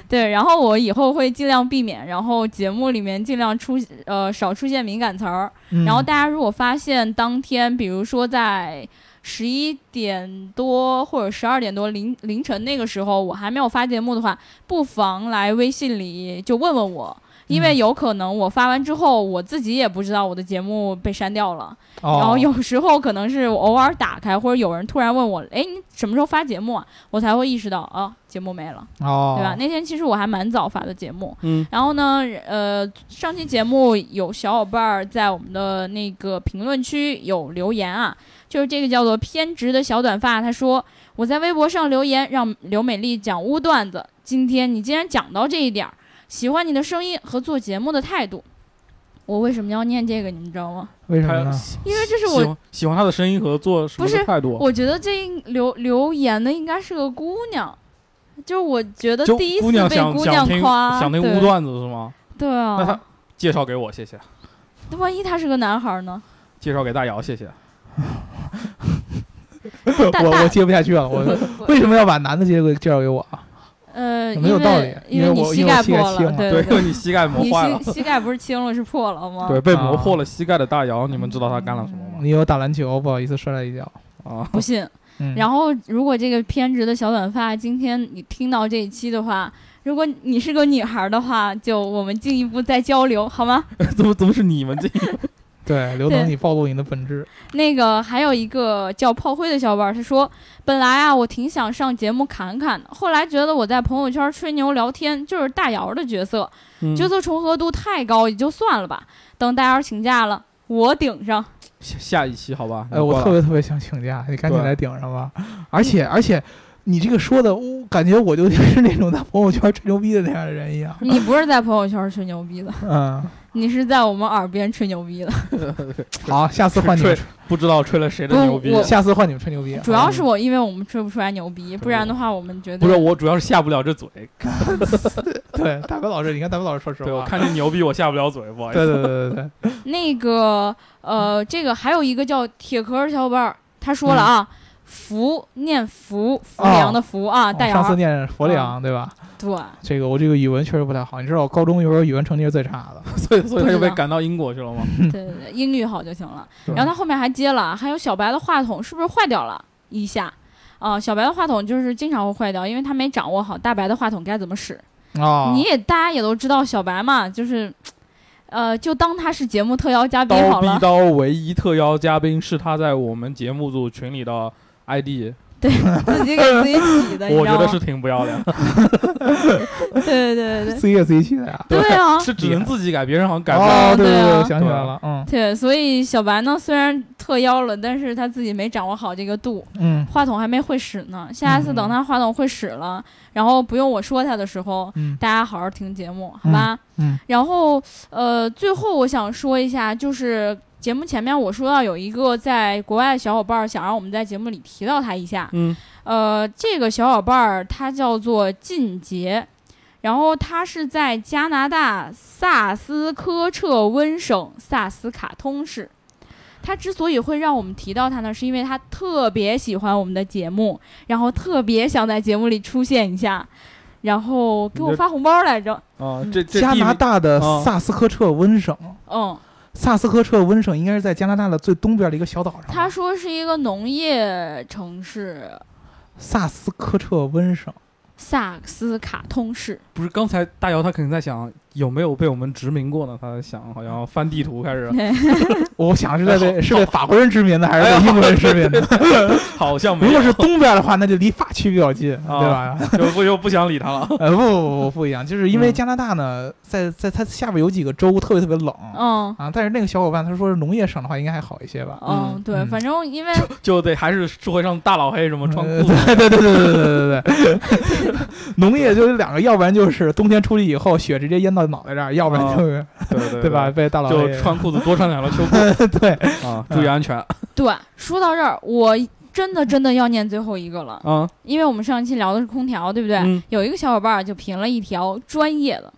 Speaker 1: 对，然后我以后会尽量避免，然后节目里面尽量出呃少出现敏感词儿。
Speaker 2: 嗯
Speaker 1: 然后大家如果发现当天，比如说在十一点多或者十二点多凌凌晨那个时候，我还没有发节目的话，不妨来微信里就问问我。因为有可能我发完之后，我自己也不知道我的节目被删掉了。
Speaker 2: 哦
Speaker 1: 然后有时候可能是我偶尔打开，或者有人突然问我，哎，你什么时候发节目啊？我才会意识到啊，节目没了，
Speaker 2: 哦，
Speaker 1: 对吧？？那天其实我还蛮早发的节目，
Speaker 3: 嗯，
Speaker 1: 然后呢，呃，上期节目有小伙伴儿在我们的那个评论区有留言啊，就是这个叫做偏执的小短发，他说我在微博上留言让刘美丽讲污段子，今天你竟然讲到这一点儿，喜欢你的声音和做节目的态度。我为什么要念这个，你们知道吗？
Speaker 2: 为什
Speaker 3: 还
Speaker 2: 么
Speaker 3: 有
Speaker 2: 呢？
Speaker 1: 因为这是
Speaker 3: 嗯喜
Speaker 1: 我，
Speaker 3: 欢喜欢他的声音和做什么
Speaker 1: 不是
Speaker 3: 的态度，
Speaker 1: 我觉得这应留留言的应该是个姑娘，就是我觉得
Speaker 3: 就
Speaker 1: 第一
Speaker 3: 姑
Speaker 1: 次
Speaker 3: 娘
Speaker 1: 被
Speaker 3: 想
Speaker 1: 姑
Speaker 3: 想
Speaker 1: 娘
Speaker 3: 听
Speaker 1: 夸，
Speaker 3: 想听
Speaker 1: 对
Speaker 3: 污段子是吗？
Speaker 1: 对啊，
Speaker 3: 那他介绍给我，谢谢。
Speaker 1: 那万一他是个男孩儿呢？
Speaker 3: 介绍给大姚，谢谢。
Speaker 1: 大
Speaker 2: 我
Speaker 1: 大
Speaker 2: 我接不下去了，我
Speaker 1: 不
Speaker 2: 为什么要把男的介绍介绍给我啊？
Speaker 1: 呃，
Speaker 2: 没
Speaker 1: 因
Speaker 2: 有
Speaker 1: 为
Speaker 2: 道理
Speaker 1: 因
Speaker 2: 因为
Speaker 1: 你
Speaker 2: 我
Speaker 1: 膝
Speaker 2: 因为
Speaker 1: 盖
Speaker 2: 我膝
Speaker 1: 破
Speaker 2: 盖
Speaker 1: 了，
Speaker 2: 青 嘛
Speaker 1: 对
Speaker 3: 对，
Speaker 1: 对，
Speaker 3: 你膝盖磨
Speaker 1: 你
Speaker 3: 坏了，
Speaker 1: 膝膝盖不是青了，是破了吗？
Speaker 3: 对，被
Speaker 2: 啊
Speaker 3: 磨破了膝盖的大姚，你们知道他干了什么吗？
Speaker 2: 你有打篮球，不好意思摔了一跤。
Speaker 3: 啊，
Speaker 1: 不信。
Speaker 2: 嗯，
Speaker 1: 然后，如果这个偏执的小短发今天你听到这一期的话，如果你是个女孩儿的话，就我们进一步再交流好吗？
Speaker 3: 怎么怎么是你们这？
Speaker 2: 嗯对刘
Speaker 1: 对
Speaker 2: 能，你暴露你的本质。
Speaker 1: 那个还有一个叫炮灰的小伙伴儿，他说，本来啊我挺想上节目侃侃的，后来觉得我在朋友圈吹牛聊天就是大姚的角色，
Speaker 3: 嗯
Speaker 1: 角色重合度太高也就算了吧。等大姚请假了，我顶上。
Speaker 3: 下下一期好吧？
Speaker 2: 哎，我特别特别想请假，你赶紧
Speaker 3: 对
Speaker 2: 来顶上吧。而且而且，你这个说的，我感觉我就是那种在朋友圈吹牛逼的那样的人一样。
Speaker 1: 你不是在朋友圈吹牛逼的，
Speaker 2: 嗯，
Speaker 1: 你是在我们耳边吹牛逼的。
Speaker 2: 好，下次换你们
Speaker 3: 吹，不知道吹了谁的
Speaker 1: 不
Speaker 3: 牛逼。
Speaker 1: 我
Speaker 2: 下次换你们吹牛逼。
Speaker 1: 主要是我，因为我们吹不出来牛逼，嗯不然的话我们觉
Speaker 3: 不是
Speaker 1: 得
Speaker 3: 我，主要是下不了这嘴。
Speaker 2: 对大哥老师，你嗯看大哥老师，说实
Speaker 3: 对我
Speaker 2: 话，
Speaker 3: 看这牛逼，我下不了嘴，不好意思。
Speaker 2: 对对对对对，
Speaker 1: 那个呃，这个还有一个叫铁壳儿小伙伴儿，他说了啊，福念福，福
Speaker 2: 哦
Speaker 1: 粮的福啊，嗯大
Speaker 2: 我
Speaker 1: 姚
Speaker 2: 上次
Speaker 1: 儿
Speaker 2: 念佛良对吧？
Speaker 1: 对，
Speaker 2: 这个我这个语文确实不太好，你知道我高中有时候语文成绩是最差的。
Speaker 3: 所以所以他就
Speaker 1: 不知
Speaker 3: 被
Speaker 1: 道
Speaker 3: 赶到英国去了吗？
Speaker 1: 对 对对，英语好就行了。
Speaker 2: 对
Speaker 1: 然后他后面还接了，还有小白的话筒是不是坏掉了一下？啊、小白的话筒就是经常会坏掉，因为他没掌握好大白的话筒该怎么使。
Speaker 3: 啊
Speaker 2: 哦，
Speaker 1: 你也大家也都知道小白嘛，就是，呃，就当他是节目特邀嘉宾
Speaker 3: 刀
Speaker 1: 好
Speaker 3: 逼
Speaker 1: 了。
Speaker 3: 刀唯一特邀嘉宾是他在我们节目组群里的 ID，
Speaker 1: 对自己给自己起 的，你
Speaker 3: 我
Speaker 1: 知道
Speaker 3: 觉
Speaker 1: 吗
Speaker 3: 得？是挺不要脸的，
Speaker 1: 对对对对
Speaker 2: 自己给自己起的呀。
Speaker 1: 对对啊，
Speaker 3: 是只能自己改，别人好像改不了。
Speaker 2: 哦，
Speaker 1: 对
Speaker 2: 对
Speaker 1: 啊
Speaker 2: 对，我想起来了，嗯
Speaker 1: 对，所以小白呢，虽然特邀了，但是他自己没掌握好这个度，
Speaker 2: 嗯
Speaker 1: 话筒还没会使呢。下一次
Speaker 3: 嗯
Speaker 1: 等他话筒会使了，然后不用我说他的时候，
Speaker 2: 嗯
Speaker 1: 大家好好听节目，好吧？
Speaker 2: 嗯
Speaker 1: 然后呃，最后我想说一下，就是节目前面我说到有一个在国外的小伙伴儿想让我们在节目里提到他一下，
Speaker 3: 嗯，
Speaker 1: 呃，这个小伙伴儿他叫做靳杰，然后他是在加拿大萨斯科彻温省萨斯卡通市。他之所以会让我们提到他呢，是因为他特别喜欢我们的节目，然后特别想在节目里出现一下，然后给我
Speaker 3: 你这
Speaker 1: 发红包来着。嗯
Speaker 3: 啊，这这
Speaker 2: 加
Speaker 3: 地
Speaker 2: 拿
Speaker 3: 名
Speaker 2: 大的
Speaker 3: 哦
Speaker 2: 萨斯科彻温省，
Speaker 1: 嗯，
Speaker 2: 萨斯科彻温省应该是在加拿大的最东边的一个小岛上吧。
Speaker 1: 他说是一个农业城市，
Speaker 2: 萨斯科彻温省，
Speaker 1: 萨斯卡通市。
Speaker 3: 不是刚才大姚他肯定在想有没有被我们殖民过呢？他想好像翻地图开 始，
Speaker 2: 我想 是在被是被法国人殖民的还是被英国人殖 民的？
Speaker 3: 好像没
Speaker 2: 如
Speaker 3: 有
Speaker 2: 果，是东边的话，那就离法区比较近，对吧？
Speaker 3: 就不又不想理他了。
Speaker 2: 呃，不不不不一样，就是因为
Speaker 3: 嗯
Speaker 2: 加拿大呢，在在它下边有几个州特别特别冷
Speaker 3: 哦
Speaker 1: 嗯
Speaker 2: 啊，但是那个小伙伴他说是农业省的话，应该还好一些吧？
Speaker 1: 嗯，
Speaker 3: 嗯
Speaker 1: 对，
Speaker 2: 嗯
Speaker 1: 反正因为
Speaker 3: 就得还是社会上大老黑什么 穿
Speaker 2: 呃
Speaker 3: 裤子，
Speaker 2: 对对对对对对对对对， 农业就是两个，要不然就是冬天出去以后雪直接淹到脑袋这儿，要不然就是
Speaker 3: 对对
Speaker 2: 哦对吧？？被大佬
Speaker 3: 就
Speaker 2: 给
Speaker 3: 穿裤子多穿两条秋
Speaker 2: 对，
Speaker 3: 裤啊，注意安全
Speaker 1: 对，说到这儿，我真的真的要念最后一个了，
Speaker 3: 啊！
Speaker 1: 因为我们上一期聊的是空调，对不对？
Speaker 3: 嗯
Speaker 1: 有一个小伙伴儿就评了一条专业的，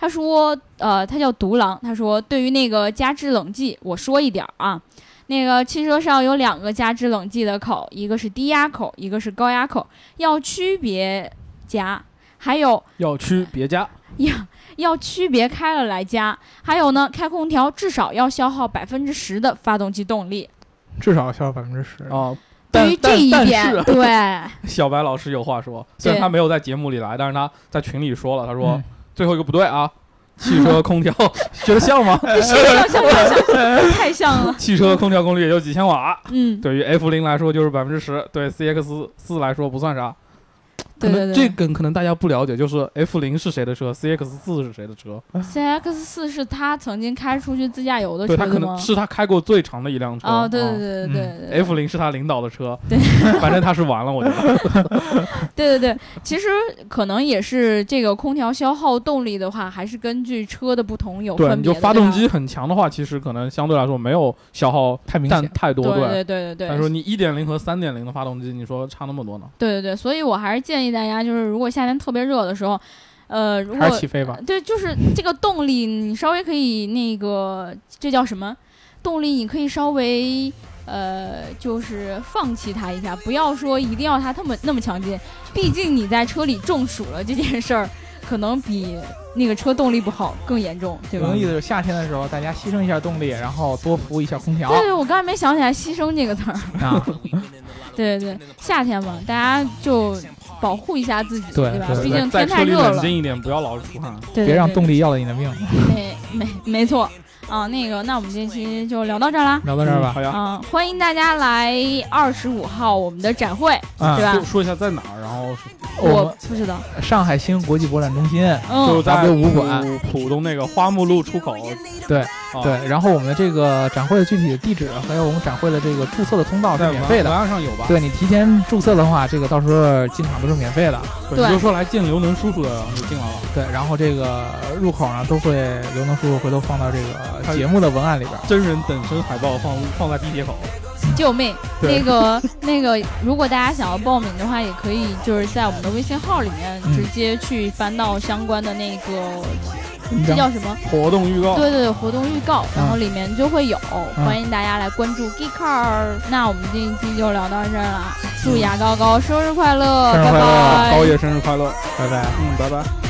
Speaker 1: 他说，呃，他叫独狼，他说对于那个加制冷剂，我说一点儿啊。那个汽车上有两个加制冷剂的口，一个是低压口，一个是高压口，要区别加。还有
Speaker 3: 要区别加，
Speaker 1: 要要区别开了来加，还有呢，开空调至少要消耗百分之十的发动机动力。
Speaker 2: 至少消百分之十。
Speaker 3: 啊。但
Speaker 1: 对于
Speaker 3: 但
Speaker 1: 这一
Speaker 3: 但
Speaker 1: 点，
Speaker 3: 是啊
Speaker 1: 对，
Speaker 3: 小白老师有话说，虽然
Speaker 1: 对
Speaker 3: 他没有在节目里来，但是他在群里说了，他说、
Speaker 2: 嗯
Speaker 3: 最后一个不对啊，汽车空调
Speaker 2: 觉得像吗？
Speaker 1: 像像像像，太像了。
Speaker 3: 汽车空调功率也就几千瓦，
Speaker 1: 嗯，
Speaker 3: 对于 F 零来说就是百分之十，对 CX 四来说不算啥。可
Speaker 1: 对
Speaker 3: 能
Speaker 1: 对对
Speaker 3: 这梗可能大家不了解，就是 F 零是谁的车，CX 四是谁的车，
Speaker 1: ，CX 四是他曾经开出去自驾游的
Speaker 3: 对
Speaker 1: 车
Speaker 3: 他
Speaker 1: 子
Speaker 3: 可能
Speaker 1: 吗？
Speaker 3: 是他开过最长的一辆车。
Speaker 1: 哦，对
Speaker 3: 啊
Speaker 1: 对对对对对
Speaker 3: F 零是他领导的车，
Speaker 1: 对，
Speaker 3: 反正他是完了，我觉 得。
Speaker 1: 对对对，其实可能也是这个空调消耗动力的话，还是根据车的不同有
Speaker 3: 对，
Speaker 1: 分
Speaker 3: 你
Speaker 1: 别
Speaker 3: 就
Speaker 1: 的
Speaker 3: 发动
Speaker 1: 对吧
Speaker 3: 机很强的话，其实可能相对来说没有消耗
Speaker 2: 太明
Speaker 3: 占
Speaker 2: 显。
Speaker 3: 太多，
Speaker 1: 对对对对对，
Speaker 3: 但是说你一点零和三点零的发动机，你说差那么多呢？
Speaker 1: 对对对，所以我还是建议大家，就是如果夏天特别热的时候，呃，如
Speaker 2: 还
Speaker 1: 果
Speaker 2: 是起飞吧，
Speaker 1: 对，就是这个动力，你稍微可以那个，这叫什么？动力你可以稍微呃，就是放弃它一下，不要说一定要它那么那么强劲，毕竟你在车里中暑了这件事儿，可能比那个车动力不好更严重，对啊
Speaker 2: 可
Speaker 1: 吧？
Speaker 2: 能意思是夏天的时候，大家牺牲一下动力，然后多服务一下空调
Speaker 1: 对对，我刚才没想起来“牺牲”这个词儿。
Speaker 2: 啊。
Speaker 1: 对对对，夏天嘛，大家就保护一下自己，
Speaker 2: 对
Speaker 1: 吧
Speaker 2: 对？对
Speaker 1: 毕竟
Speaker 3: 在
Speaker 1: 天太
Speaker 3: 车里
Speaker 1: 热
Speaker 3: 冷
Speaker 1: 了，
Speaker 3: 静一点，不要老是出汗。
Speaker 1: 对
Speaker 2: 别让
Speaker 1: 力。
Speaker 2: 动力要了你的命。
Speaker 1: 没没没错啊，那个，那我们这期就聊到这儿啦。
Speaker 2: 聊到这儿吧
Speaker 3: 好，呀，
Speaker 1: 啊，欢迎大家来二十五号我们的展会，对
Speaker 2: 啊，
Speaker 1: 吧
Speaker 3: 就？说一下在哪儿，然后是
Speaker 1: 我
Speaker 2: 我
Speaker 1: 不知道，
Speaker 2: 们上海新国际博览中心，
Speaker 3: 就
Speaker 1: 嗯，
Speaker 3: 在
Speaker 2: W 武馆
Speaker 3: 浦浦东那个花木路出口。
Speaker 2: 对
Speaker 3: 啊
Speaker 2: 对，，然后我们的这个展会的具体的地址，还有我们展会的这个注册的通道是
Speaker 3: 在
Speaker 2: 免费
Speaker 3: 文
Speaker 2: 的。
Speaker 3: 案上有吧？
Speaker 2: 对你提前注册的话，这个到时候进场都是免费的。
Speaker 3: 对，
Speaker 1: 对
Speaker 3: 你就说来见刘能叔叔的，你进来了。
Speaker 2: 对，然后这个入口呢都会刘能叔叔回头放到这个节目的文案里边儿。
Speaker 3: 真人等身海报放放在地铁口，
Speaker 1: 救命！
Speaker 3: 对
Speaker 1: 那个那个，如果大家想要报名的话，也可以就是在我们的微信号里面
Speaker 2: 嗯
Speaker 1: 直接去翻到相关的那个，
Speaker 2: 你知
Speaker 1: 这
Speaker 2: 道
Speaker 1: 叫什么？
Speaker 3: 活动预告。
Speaker 1: 对对对，活动预
Speaker 2: 啊
Speaker 1: 告，然后里面就会有，
Speaker 2: 嗯
Speaker 1: 欢迎大家来关注 Geek Car。那我们这一期就聊到这儿了，祝牙膏膏生日快乐，
Speaker 2: 嗯生日
Speaker 1: 拜
Speaker 2: 快乐
Speaker 1: 拜。
Speaker 3: 高爷生日快乐！
Speaker 2: 拜拜。
Speaker 3: 嗯，拜拜。